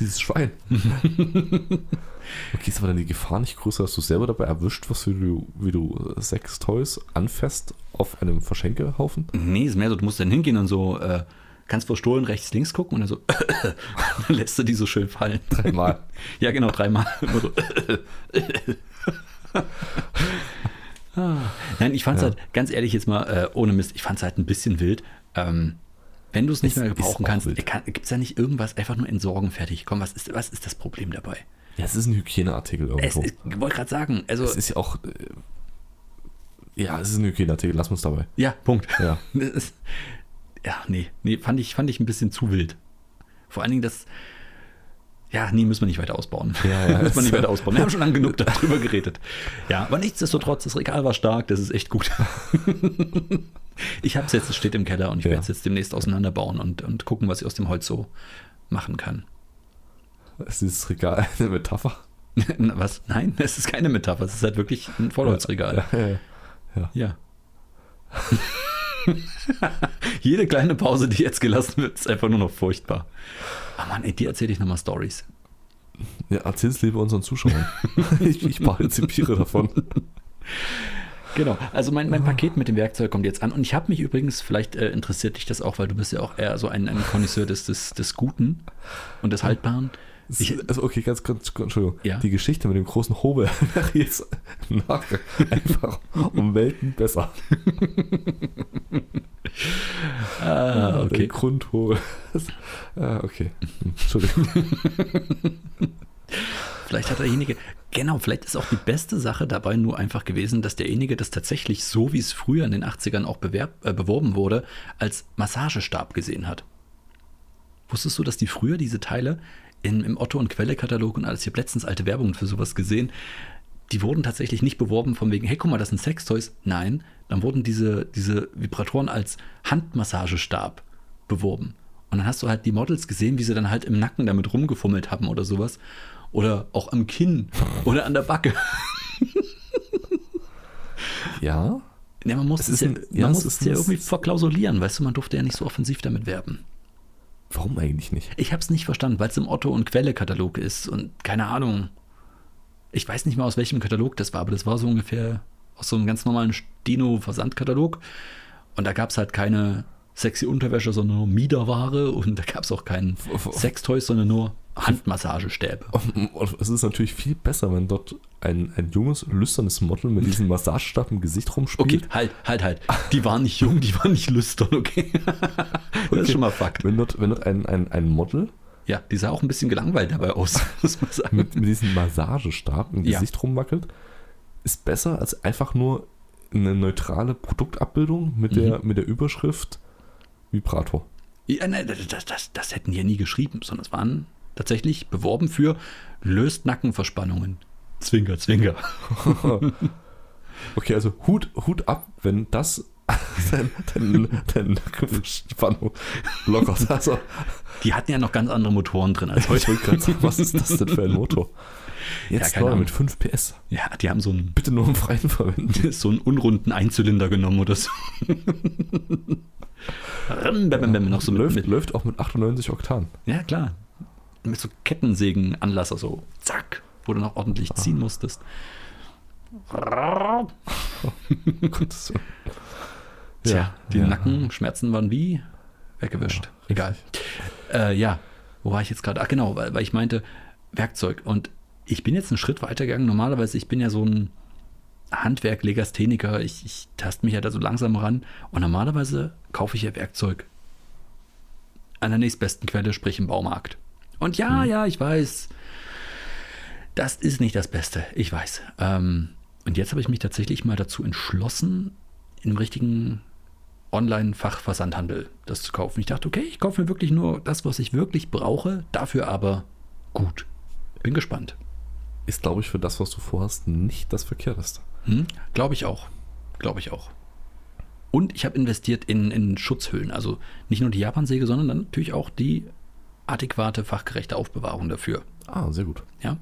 B: Dieses Schwein. okay, ist aber dann die Gefahr nicht größer, dass du selber dabei erwischt wirst, wie du, wie du sechs Toys anfasst auf einem Verschenkehaufen?
A: nee, ist mehr so, du musst dann hingehen und so, äh, kannst verstohlen rechts, links gucken und dann so, dann lässt du die so schön fallen.
B: Dreimal.
A: Ja, genau, dreimal. Immer so. Ah. Nein, ich fand es halt, ganz ehrlich jetzt mal, äh, ohne Mist, ich fand es halt ein bisschen wild. Ähm, wenn du es nicht
B: Es
A: mehr
B: ist
A: gebrauchen
B: auch
A: kannst,
B: wild.
A: gibt es da nicht irgendwas, einfach nur entsorgen, fertig. Komm, was ist, was ist das Problem dabei?
B: Ja, es ist ein Hygieneartikel
A: Es,
B: irgendwo.
A: ich wollte gerade sagen, also
B: Es ist ja auch. Äh, ja, es ist ein Hygieneartikel, lass uns dabei.
A: ja, Punkt.
B: Ja.
A: Das ist, ja, nee, nee, fand ich, fand ich ein bisschen zu wild. Vor allen Dingen das, ja, nee, müssen wir nicht weiter ausbauen.
B: Ja, ja.
A: müssen wir nicht weiter ausbauen. Wir haben schon lange genug darüber geredet. Ja, aber nichtsdestotrotz, das Regal war stark, das ist echt gut. ich hab's jetzt, es steht im Keller und ich
B: Ja.
A: werde es jetzt demnächst auseinanderbauen und, und gucken, was ich aus dem Holz so machen kann.
B: Es ist dieses Regal eine Metapher.
A: Na, was? Nein, es ist keine Metapher, es ist halt wirklich ein Vollholzregal.
B: Ja, ja, ja.
A: Ja. Jede kleine Pause, die jetzt gelassen wird, ist einfach nur noch furchtbar. Ah Mann, ey, dir erzähle ich nochmal Stories.
B: ja erzähl's lieber unseren Zuschauern. ich, ich partizipiere davon.
A: Genau. Also mein, mein Paket mit dem Werkzeug kommt jetzt an. Und ich habe mich übrigens, vielleicht äh, interessiert dich das auch, weil du bist ja auch eher so ein, ein Konnoisseur des, des, des Guten und des Haltbaren. Ich,
B: also okay, ganz kurz, kurz, Entschuldigung.
A: Ja.
B: Die Geschichte mit dem großen Hobel wäre jetzt im Nachgang einfach um Welten besser.
A: ah,
B: Der
A: okay.
B: Grundhobel. Das- Ah, okay. Hm, Entschuldigung.
A: Vielleicht hat derjenige, genau, vielleicht ist auch die beste Sache dabei nur einfach gewesen, dass derjenige das tatsächlich so, wie es früher in den 80ern auch bewerb, äh, beworben wurde, als Massagestab gesehen hat. Wusstest du, dass die früher diese Teile in, im Otto- und Quelle-Katalog und alles, ich habe letztens alte Werbung für sowas gesehen, die wurden tatsächlich nicht beworben von wegen, hey, guck mal, das sind Sextoys. Nein, dann wurden diese, diese Vibratoren als Handmassagestab beworben. Und dann hast du halt die Models gesehen, wie sie dann halt im Nacken damit rumgefummelt haben oder sowas. oder auch am Kinn oder an der Backe.
B: Ja.
A: Ja, man muss
B: Es
A: es,
B: ist
A: ja,
B: ein-
A: man
B: ja, es
A: muss
B: ist
A: es ja
B: ein-
A: irgendwie verklausulieren, weißt du, man durfte ja nicht so offensiv damit werben.
B: Warum eigentlich nicht?
A: Ich habe es nicht verstanden, weil es im Otto- und Quelle-Katalog ist und keine Ahnung. Ich weiß nicht mal, aus welchem Katalog das war, aber das war so ungefähr aus so einem ganz normalen Steno-Versandkatalog. Und da gab es halt keine sexy Unterwäsche, sondern nur Miederware und da gab es auch keinen
B: v-
A: Sextoys, sondern nur Handmassagestäbe.
B: Um, Und Es ist natürlich viel besser, wenn dort ein, ein junges, lüsternes Model mit diesem Massagestab im Gesicht
A: Okay,
B: rumspielt.
A: halt, halt, halt. Die waren nicht jung, die waren nicht lüstern, okay? Das ist schon mal Fakt.
B: Wenn dort, wenn dort ein, ein, ein Model
A: Ja, die sah auch ein bisschen gelangweilt dabei aus, muss man sagen.
B: mit, mit diesem Massagestab im
A: Ja.
B: Gesicht rumwackelt, ist besser als einfach nur eine neutrale Produktabbildung mit, der,
A: Mhm.
B: mit der Überschrift Vibrator.
A: Ja, nein, das, das, das, das hätten die ja nie geschrieben, sondern es waren tatsächlich beworben für löst Nackenverspannungen. Zwinker, Zwinker.
B: Okay, also Hut, Hut ab, wenn das dein, dein, dein Nackenverspannung lockert. Also,
A: Die hatten ja noch ganz andere Motoren drin als
B: ich
A: heute.
B: wollte gerade sagen, was ist das denn für ein Motor? Jetzt
A: keine
B: neu
A: Ahnung.
B: mit 5 PS.
A: Ja, die haben so einen,
B: Bitte nur im Freien verwenden.
A: so einen unrunden Einzylinder genommen oder so. Rim, bäm, bäm, bäm, noch so mit,
B: läuft,
A: mit,
B: läuft auch mit 98 Oktan.
A: ja, klar. Mit so Kettensägenanlasser so. Zack. Wo du noch ordentlich ziehen musstest.
B: Gottes Willen.
A: Tja,
B: Ja,
A: die
B: ja.
A: Nackenschmerzen waren wie weggewischt. Egal. Äh, ja, wo war ich jetzt gerade? Ach genau, weil, weil ich meinte Werkzeug. Und ich bin jetzt einen Schritt weiter gegangen. Normalerweise, ich bin ja so ein Handwerk, Legastheniker. Ich, ich taste mich ja da so langsam ran. Und normalerweise kaufe ich ja Werkzeug an der nächstbesten Quelle, sprich im Baumarkt. Und
B: Mhm.
A: ja, ja, ich weiß, das ist nicht das Beste, ich weiß. Ähm, und jetzt habe ich mich tatsächlich mal dazu entschlossen, im richtigen Online-Fachversandhandel das zu kaufen. Ich dachte, okay, ich kaufe mir wirklich nur das, was ich wirklich brauche, dafür aber gut. Bin gespannt.
B: Ist, glaube ich, für das, was du vorhast, nicht das Verkehrteste.
A: Hm? Glaube ich auch. Glaube ich auch. Und ich habe investiert in, in Schutzhüllen. Also nicht nur die Japansäge, sondern dann natürlich auch die adäquate, fachgerechte Aufbewahrung dafür.
B: Ah, sehr gut.
A: Ja,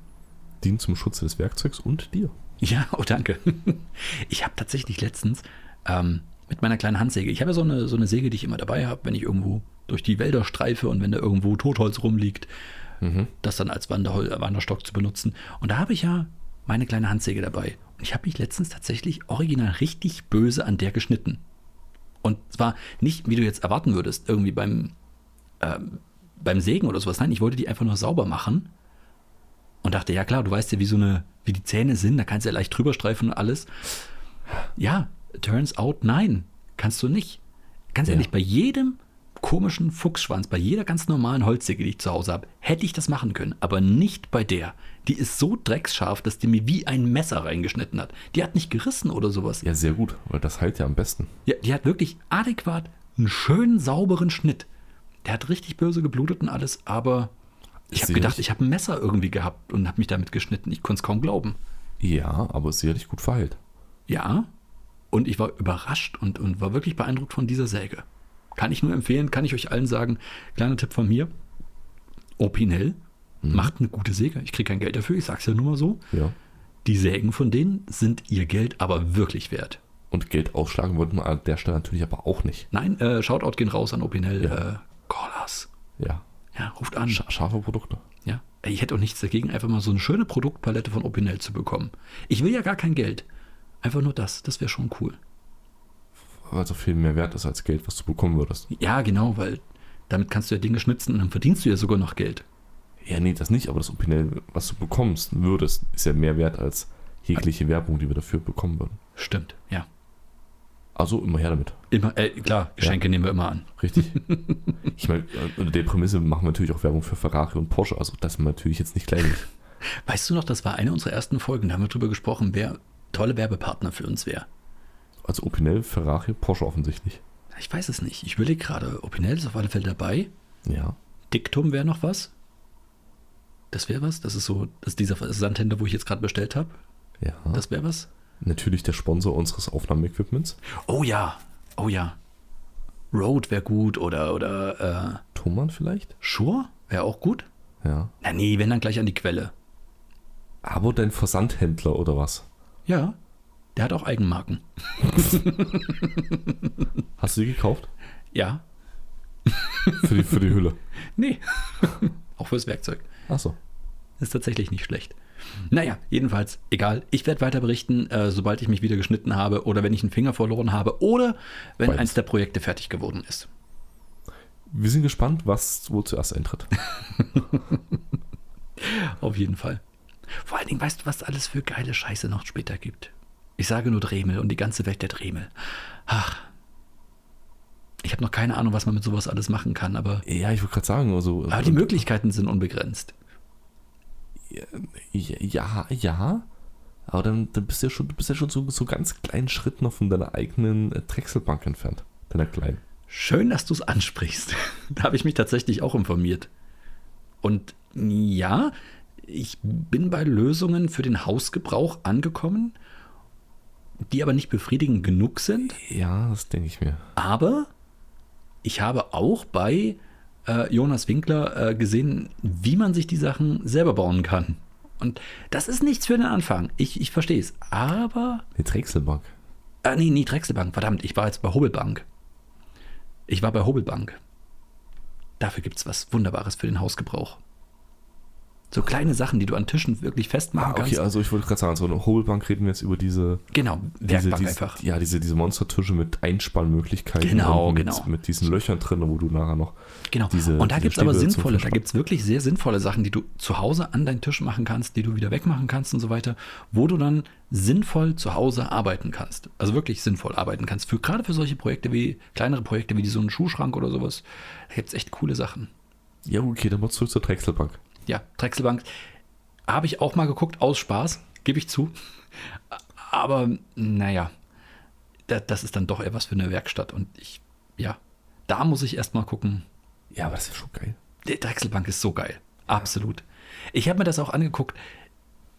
B: Dient zum Schutze des Werkzeugs und dir.
A: Ja, oh danke. Ich habe tatsächlich letztens ähm, mit meiner kleinen Handsäge, ich habe ja so eine, so eine Säge, die ich immer dabei habe, wenn ich irgendwo durch die Wälder streife und wenn da irgendwo Totholz rumliegt, das dann als Wanderhol äh, Wanderstock zu benutzen. Und da habe ich ja meine kleine Handsäge dabei. Und ich habe mich letztens tatsächlich original richtig böse an der geschnitten. Und zwar nicht, wie du jetzt erwarten würdest, irgendwie beim, ähm, beim Sägen oder sowas. Nein, ich wollte die einfach nur sauber machen und dachte, ja klar, du weißt ja, wie so eine, wie die Zähne sind, da kannst du ja leicht drüber streifen und alles. Ja, turns out, nein, kannst du nicht. Ganz
B: Ja.
A: ehrlich, bei jedem komischen Fuchsschwanz, bei jeder ganz normalen Holzsäge, die ich zu Hause habe, hätte ich das machen können, aber nicht bei der. Die ist so drecksscharf, dass die mir wie ein Messer reingeschnitten hat. Die hat nicht gerissen oder sowas.
B: Ja, sehr gut, weil das heilt ja am besten.
A: Ja, die hat wirklich adäquat einen schönen, sauberen Schnitt. Der hat richtig böse geblutet und alles, aber ich
B: Ist
A: habe
B: sie
A: gedacht,
B: richtig-
A: ich habe ein Messer irgendwie gehabt und habe mich damit geschnitten. Ich konnte es kaum glauben.
B: Ja, aber ist sicherlich gut verheilt.
A: Ja, und ich war überrascht und, und war wirklich beeindruckt von dieser Säge. Kann ich nur empfehlen, kann ich euch allen sagen. Kleiner Tipp von mir: Opinel macht eine gute Säge. Ich kriege kein Geld dafür, ich sag's ja nur mal so.
B: Ja.
A: Die Sägen von denen sind ihr Geld aber wirklich wert.
B: Und Geld ausschlagen wollten wir an der Stelle natürlich aber auch nicht.
A: Nein, äh, Shoutout gehen raus an Opinel.
B: Ja.
A: Äh, Callers.
B: Ja.
A: Ja, ruft an.
B: Sch scharfe Produkte.
A: Ja. Ey, Ich hätte auch nichts dagegen, einfach mal so eine schöne Produktpalette von Opinel zu bekommen. Ich will ja gar kein Geld. Einfach nur das. Das wäre schon cool.
B: Weil so viel mehr wert ist als Geld, was du bekommen würdest.
A: Ja, genau, weil damit kannst du ja Dinge schnitzen und dann verdienst du ja sogar noch Geld.
B: Ja, nee, das nicht, aber das Opinel, was du bekommst, würdest, ist ja mehr wert als jegliche Werbung, die wir dafür bekommen würden.
A: Stimmt, ja.
B: Also immer her damit.
A: Immer, äh, klar, Geschenke nehmen wir immer an.
B: Richtig. ich meine, äh, unter der Prämisse machen wir natürlich auch Werbung für Ferrari und Porsche. Also das ist natürlich jetzt nicht kleinlich.
A: Weißt du noch, das war eine unserer ersten Folgen, da haben wir drüber gesprochen, wer tolle Werbepartner für uns wäre.
B: Also Opinel, Ferrari, Porsche offensichtlich.
A: Ich weiß es nicht. Ich überlege gerade, Opinel ist auf alle Fälle dabei.
B: Ja.
A: Diktum wäre noch was. Das wäre was. Das ist so, das ist dieser Sandhändler, wo ich jetzt gerade bestellt habe.
B: Ja.
A: Das wäre was.
B: natürlich der Sponsor unseres Aufnahmeequipments,
A: Oh ja, oh ja. Road wäre gut oder, oder äh,
B: Thomann vielleicht?
A: Schur wäre auch gut.
B: Ja.
A: Na nee, wenn dann gleich an die Quelle.
B: Aber dein Versandhändler oder was?
A: Ja, der hat auch Eigenmarken.
B: Hast du die gekauft?
A: Ja,
B: Für die, für die Hülle.
A: nee. auch fürs Werkzeug.
B: Achso.
A: Ist tatsächlich nicht schlecht. Naja, jedenfalls, egal. Ich werde weiter berichten, äh, sobald ich mich wieder geschnitten habe oder wenn ich einen Finger verloren habe oder wenn
B: Beides.
A: eins der Projekte fertig geworden ist.
B: Wir sind gespannt, was wohl zuerst eintritt.
A: Auf jeden Fall. Vor allen Dingen, weißt du, was alles für geile Scheiße noch später gibt? Ich sage nur Dremel und die ganze Welt der Dremel. Ach. Ich habe noch keine Ahnung, was man mit sowas alles machen kann, aber,
B: Ja, ich wollte gerade sagen, also.
A: aber die Möglichkeiten sind unbegrenzt.
B: ja, ja. Aber dann, dann bist du ja schon, du bist ja schon so, so ganz kleinen Schritt noch von deiner eigenen äh, Drechselbank entfernt. Deiner kleinen.
A: Schön, dass du es ansprichst. da habe ich mich tatsächlich auch informiert. Und ja, ich bin bei Lösungen für den Hausgebrauch angekommen, die aber nicht befriedigend genug sind.
B: Ja, das denke ich mir.
A: Aber ich habe auch bei äh, Jonas Winkler äh, gesehen, wie man sich die Sachen selber bauen kann. Und das ist nichts für den Anfang. Ich, ich verstehe es. Aber.
B: Eine Drechselbank.
A: Ah, nee, nee, Drechselbank. Verdammt, ich war jetzt bei Hobelbank. Ich war bei Hobelbank. Dafür gibt es was Wunderbares für den Hausgebrauch. So kleine Sachen, die du an Tischen wirklich festmachen
B: Ah, okay,
A: kannst.
B: also ich wollte gerade sagen, so eine Hobelbank reden wir jetzt über diese.
A: Genau,
B: Diese,
A: Werkbank
B: diese,
A: einfach.
B: ja, diese, diese Monstertische mit Einspannmöglichkeiten.
A: Genau,
B: und mit,
A: genau.
B: Mit diesen Löchern drin, wo du nachher noch.
A: Genau.
B: diese-
A: und da
B: diese
A: gibt es aber
B: Stäbe zum
A: sinnvolle, da
B: Verspannen.
A: gibt es wirklich sehr sinnvolle Sachen, die du zu Hause an deinen Tisch machen kannst, die du wieder wegmachen kannst und so weiter, wo du dann sinnvoll zu Hause arbeiten kannst. Also wirklich sinnvoll arbeiten kannst. Für, gerade für solche Projekte wie, kleinere Projekte wie so einen Schuhschrank oder sowas, da gibt es echt coole Sachen.
B: Ja, okay, dann mal zurück zur Drechselbank.
A: Ja, Drechselbank habe ich auch mal geguckt, aus Spaß, gebe ich zu. Aber naja, da, das ist dann doch eher was für eine Werkstatt und ich, ja, da muss ich erst mal gucken,
B: Ja, aber das ist schon geil.
A: Die Drechselbank ist so geil. Absolut. Ich habe mir das auch angeguckt.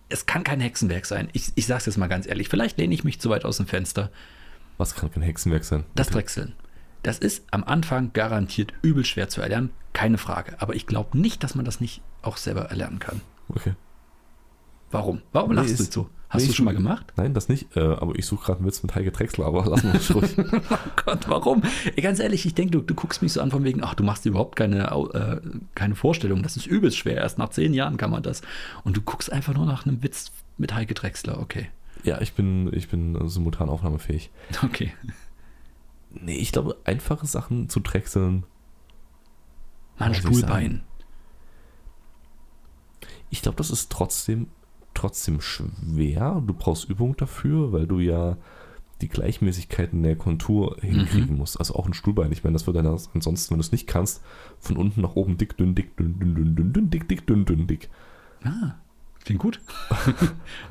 A: Es kann kein Hexenwerk sein. Ich, ich sage es jetzt mal ganz ehrlich. Vielleicht lehne ich mich zu weit aus dem Fenster.
B: Was kann kein Hexenwerk sein?
A: Das Drechseln. Das ist am Anfang garantiert übel schwer zu erlernen. Keine Frage. Aber ich glaube nicht, dass man das nicht auch selber erlernen kann.
B: Okay.
A: Warum? Warum
B: Nee,
A: lachst du
B: ist-
A: so? Hast
B: nee,
A: du
B: ich-
A: schon mal gemacht?
B: Nein, das nicht. Äh, aber ich suche gerade einen Witz mit Heike Drechsler, aber lassen wir uns ruhig.
A: Oh Gott, warum? Ey, ganz ehrlich, ich denke, du, du guckst mich so an von wegen, ach, du machst dir überhaupt keine, Au- äh, keine Vorstellung. Das ist übelst schwer. Erst nach zehn Jahren kann man das. Und du guckst einfach nur nach einem Witz mit Heike Drechsler. Okay.
B: ja, ich bin, ich bin äh, simultan aufnahmefähig.
A: Okay.
B: Nee, ich glaube, einfache Sachen zu drechseln.
A: Mal ein
B: Muss ich
A: Stuhlbein.
B: Ich glaube, das ist trotzdem, trotzdem schwer. Du brauchst Übung dafür, weil du ja die Gleichmäßigkeiten der Kontur hinkriegen musst. Also auch ein Stuhlbein. Ich meine, das wird dann ans- ansonsten, wenn du es nicht kannst, von unten nach oben dick, dünn, dick, dünn, dünn, dünn, dünn, dünn, dick, dick, dünn, dünn, dick.
A: Ah, klingt gut.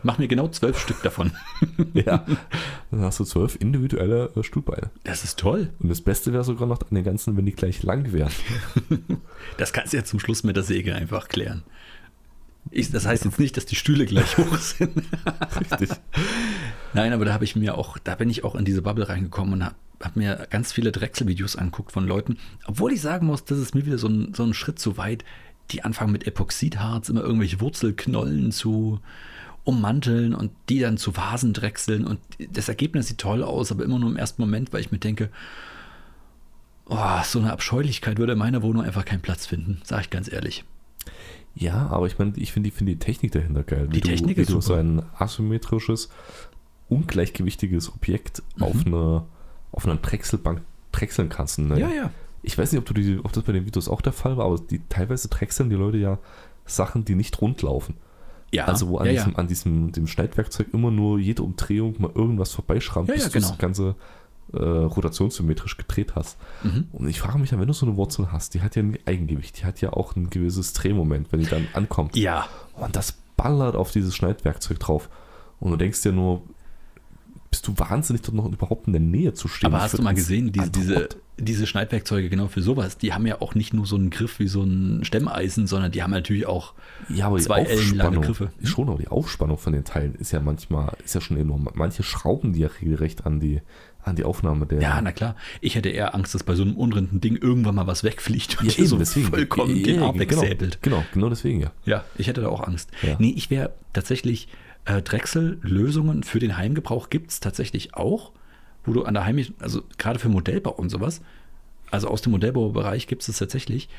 A: Mach mir genau zwölf Stück davon.
B: Ja, dann hast du zwölf individuelle äh, Stuhlbeine.
A: Das ist toll.
B: Und das Beste wäre sogar noch an den ganzen, wenn die gleich lang wären.
A: Das kannst du ja zum Schluss mit der Säge einfach klären. Ich, das heißt jetzt nicht, dass die Stühle gleich hoch sind.
B: Richtig.
A: Nein, aber da habe ich mir auch, da bin ich auch in diese Bubble reingekommen und habe hab mir ganz viele Drechselvideos anguckt von Leuten. Obwohl ich sagen muss, das ist mir wieder so ein, so ein Schritt zu weit. Die anfangen mit Epoxidharz, immer irgendwelche Wurzelknollen zu ummanteln und die dann zu Vasen drechseln. Und das Ergebnis sieht toll aus, aber immer nur im ersten Moment, weil ich mir denke, oh, so eine Abscheulichkeit würde in meiner Wohnung einfach keinen Platz finden, sage ich ganz ehrlich.
B: Ja, aber ich meine, ich finde die, finde die Technik dahinter geil.
A: Die
B: Wie
A: Technik
B: du,
A: ist
B: wie du
A: super.
B: so ein asymmetrisches, ungleichgewichtiges Objekt auf einer auf einer Drechselbank drechseln kannst. Ne?
A: Mhm. ja.
B: Ich weiß nicht, ob, du die, ob das bei den Videos auch der Fall war, aber die, teilweise drechseln die Leute ja Sachen, die nicht rund laufen.
A: Ja,
B: also wo an,
A: ja,
B: diesem,
A: ja.
B: an diesem dem Schneidwerkzeug immer nur jede Umdrehung mal irgendwas vorbeischrammt,
A: Ja, ja,
B: bis du
A: genau.
B: das Ganze äh, rotationssymmetrisch gedreht hast.
A: Mhm.
B: Und ich frage mich dann, wenn du so eine Wurzel hast, die hat ja ein Eigengewicht, die hat ja auch ein gewisses Drehmoment, wenn die dann ankommt.
A: ja.
B: Und das ballert auf dieses Schneidwerkzeug drauf. Und du denkst dir nur, bist du wahnsinnig, dort noch überhaupt in der Nähe zu stehen?
A: Aber
B: Ich
A: hast
B: würd
A: du mal
B: ins-
A: gesehen, diese,
B: ans
A: diese,
B: Rott-
A: diese Schneidwerkzeuge genau für sowas, die haben ja auch nicht nur so einen Griff wie so ein Stemmeisen, sondern die haben natürlich auch,
B: ja, aber die
A: zwei ellenlange
B: Aufspannung,
A: Griffe. Hm?
B: schon, aber die Aufspannung von den Teilen ist ja manchmal, ist ja schon enorm. Manche schrauben die ja regelrecht an die, an die Aufnahme der.
A: Ja, na klar. Ich hätte eher Angst, dass bei so einem unrunden Ding irgendwann mal was wegfliegt
B: Ja,
A: ihr so
B: eben, deswegen.
A: vollkommen
B: Ja,
A: den
B: ja,
A: Arm
B: genau,
A: wegsäbelt.
B: genau, genau deswegen, ja.
A: Ja, ich hätte da auch Angst.
B: Ja.
A: Nee, ich wäre tatsächlich, äh, Drechsel-Lösungen für den Heimgebrauch gibt es tatsächlich auch, wo du an der heimischen, also gerade für Modellbau und sowas, also aus dem Modellbaubereich gibt es das tatsächlich.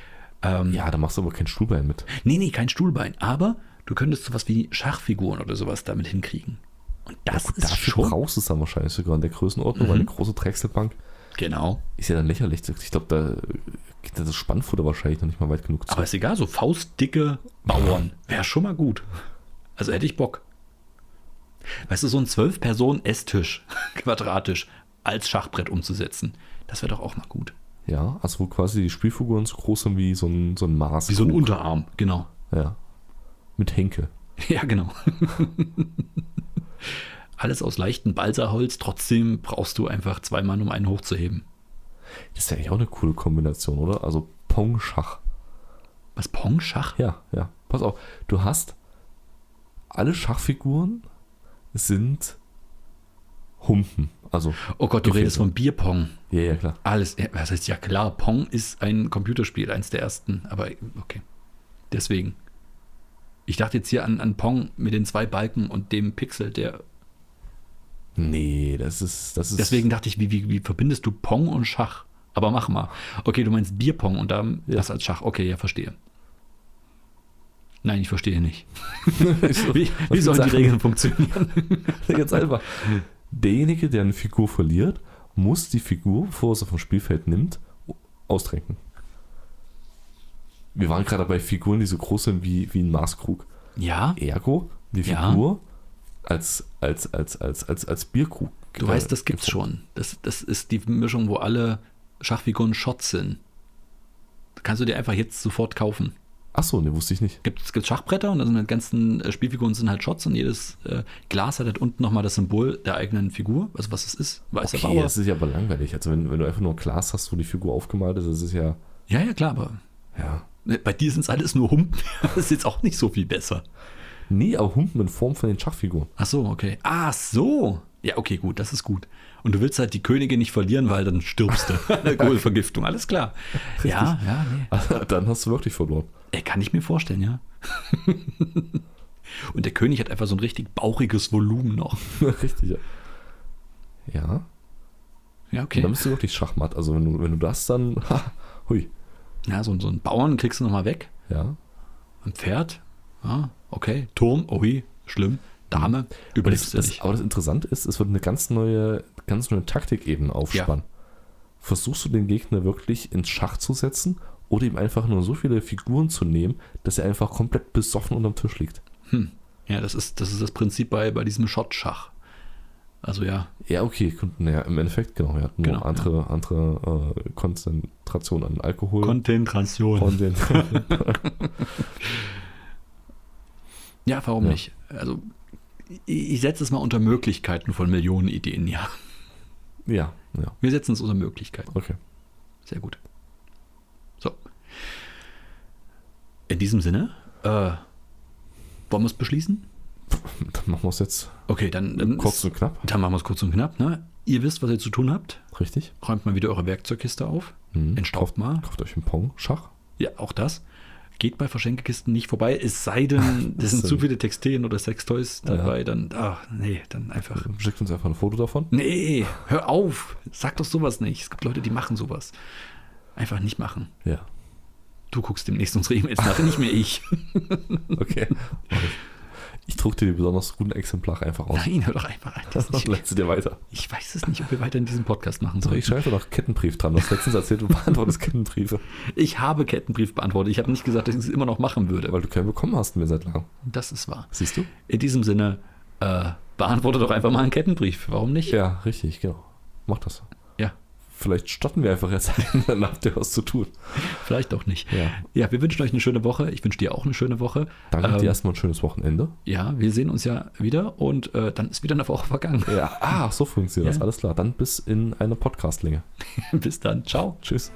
A: Ähm,
B: Ja, da machst du aber kein Stuhlbein mit.
A: Nee, nee, kein Stuhlbein, aber du könntest sowas wie Schachfiguren oder sowas damit hinkriegen. Und das
B: Gut,
A: ist
B: dafür
A: schon. Mhm.
B: brauchst du es dann wahrscheinlich sogar in der Größenordnung, weil eine große Drechselbank
A: Genau.
B: ist ja dann lächerlich. Ich glaube, da geht das Spannfutter wahrscheinlich noch nicht mal weit genug zu.
A: Aber ist egal, so faustdicke Bauern wäre schon mal gut. Also hätte ich Bock. Weißt du, so ein 12-Personen-Esstisch, quadratisch, als Schachbrett umzusetzen, das wäre doch auch mal gut.
B: Ja, also wo quasi die Spielfiguren so groß sind wie so ein, so ein Maß.
A: Wie so ein Unterarm, genau.
B: Ja. Mit Henke.
A: Ja, genau. Alles aus leichtem Balsaholz, trotzdem brauchst du einfach zwei Mann, um einen hochzuheben.
B: Das wäre eigentlich auch eine coole Kombination, oder? Also Pong-Schach.
A: Was, Pong, Schach?
B: Ja, ja. Pass auf, du hast alle Schachfiguren sind Humpen. Also,
A: Oh Gott, du
B: Gefällt
A: redest
B: mir.
A: von Bierpong.
B: ja, ja, klar.
A: Alles, ja, was heißt ja klar, Pong ist ein Computerspiel, eins der ersten, aber okay. Deswegen. Ich dachte jetzt hier an, an Pong mit den zwei Balken und dem Pixel, der.
B: Nee, das ist. Das ist
A: Deswegen dachte ich, wie, wie, wie verbindest du Pong und Schach? Aber mach mal. Okay, du meinst Bierpong und dann
B: Ja.
A: das als Schach. Okay, ja, verstehe. Nein, ich verstehe nicht. Wie, wie
B: willst
A: sollen
B: du
A: die
B: sagen?
A: Regeln funktionieren?
B: ganz einfach. Derjenige, der eine Figur verliert, muss die Figur, bevor er sie vom Spielfeld nimmt, ausrenken. Wir waren gerade bei Figuren, die so groß sind wie, wie ein Maßkrug.
A: Ja,
B: Ergo, die
A: Ja.
B: Figur als, als, als, als, als, als Bierkrug.
A: du weißt, das gibt's schon. Das, das ist die Mischung, wo alle Schachfiguren Shots sind. Kannst du dir einfach jetzt sofort kaufen.
B: Achso, ne, wusste ich nicht.
A: gibt es Schachbretter und da sind halt ganzen äh, Spielfiguren sind halt Shots und jedes äh, Glas hat halt unten nochmal das Symbol der eigenen Figur, also was es ist, weißer
B: Okay,
A: Bauer.
B: das ist ja aber langweilig. Also wenn, wenn du einfach nur ein Glas hast, wo die Figur aufgemalt ist, das ist ja,
A: Ja, ja, klar, aber
B: ja.
A: äh, bei dir sind es alles nur Humpen, das ist jetzt auch nicht so viel besser.
B: Nee, aber Humpen in Form von den Schachfiguren.
A: Ach so, okay. Ah, so. Ja, okay, gut, das ist gut. Und du willst halt die Könige nicht verlieren, weil dann stirbst du. Alkoholvergiftung, alles klar. Ja, ja, nee.
B: Also, dann hast du wirklich verloren.
A: Ey, kann ich mir vorstellen, ja. Und der König hat einfach so ein richtig bauchiges Volumen noch.
B: Richtig, ja. Ja.
A: Ja,
B: Und
A: okay.
B: dann bist du wirklich Schachmatt. Also wenn du, wenn du das dann. Ha, hui.
A: Ja, so, so einen Bauern kriegst du nochmal weg.
B: Ja.
A: Ein Pferd? Ja, okay. Turm? Ohi, schlimm. Dame? Überlebst
B: das,
A: du
B: das,
A: nicht.
B: Mhm. aber das Interessante ist, es wird eine ganz neue, ganz neue Taktikebene aufspannen. Versuchst du den Gegner wirklich ins Schach zu setzen oder ihm einfach nur so viele Figuren zu nehmen, dass er einfach komplett besoffen unterm Tisch liegt?
A: Hm. Ja, das ist, das ist das Prinzip bei, bei diesem Schottschach. Also ja,
B: Ja, okay, gut, naja, im Endeffekt, genau. Er hat nur
A: Genau,
B: andere, andere äh, Konzentration an Alkohol.
A: Konzentration.
B: Konsens.
A: ja, warum
B: Ja.
A: nicht? Also ich, ich setze es mal unter Möglichkeiten von Millionen Ideen, ja.
B: ja, ja,
A: Wir setzen es unter Möglichkeiten.
B: okay.
A: Sehr gut. So. In diesem Sinne, äh, wollen wir es beschließen?
B: Dann machen wir es jetzt
A: Okay, dann, dann,
B: kurz und knapp.
A: dann machen wir es kurz und knapp. Ne? Ihr wisst, was ihr zu tun habt.
B: Richtig?
A: Räumt mal wieder eure Werkzeugkiste auf.
B: Mhm.
A: Entstaubt mal.
B: Kauft euch einen Pong, Schach.
A: Ja, auch das. Geht bei Verschenkekisten nicht vorbei, es sei denn, es sind zu viele Textilien oder Sextoys dabei, dann, ach nee, dann einfach.
B: Schickt uns einfach ein Foto davon.
A: Nee, hör auf, sag doch sowas nicht. Es gibt Leute, die machen sowas. Einfach nicht machen.
B: Ja.
A: Du guckst demnächst unsere E-Mails nach, nicht mehr ich.
B: Okay. Ich druck dir die besonders guten Exemplare einfach aus.
A: Nein, hör doch einfach an. Das ist
B: Und
A: nicht,
B: leite sie dir weiter.
A: ich weiß es nicht, ob wir weiter in diesem Podcast machen
B: So, ich
A: sollen.
B: schreibe noch Kettenbrief dran. Du hast letztens erzählt, du beantwortest Kettenbriefe,
A: Ich habe Kettenbrief beantwortet. Ich habe nicht gesagt, dass ich es immer noch machen würde.
B: weil du keinen bekommen hast mir seit langem.
A: Das ist wahr.
B: Siehst du?
A: In diesem Sinne, äh, beantworte doch einfach mal einen Kettenbrief. Warum nicht?
B: Ja, richtig, genau. Mach das.
A: Ja.
B: Vielleicht starten wir einfach jetzt ein, dann habt ihr was zu tun.
A: Vielleicht auch nicht.
B: Ja.
A: Ja, wir wünschen euch eine schöne Woche. Ich wünsche dir auch eine schöne Woche.
B: Dann habt
A: Ähm,
B: ihr erstmal ein schönes Wochenende.
A: Ja, wir sehen uns ja wieder und äh, dann ist wieder eine Woche vergangen.
B: Ja, ah, so funktioniert
A: Ja.
B: das. Alles klar. Dann bis in einer Podcastlänge.
A: Bis dann. Ciao.
B: Tschüss.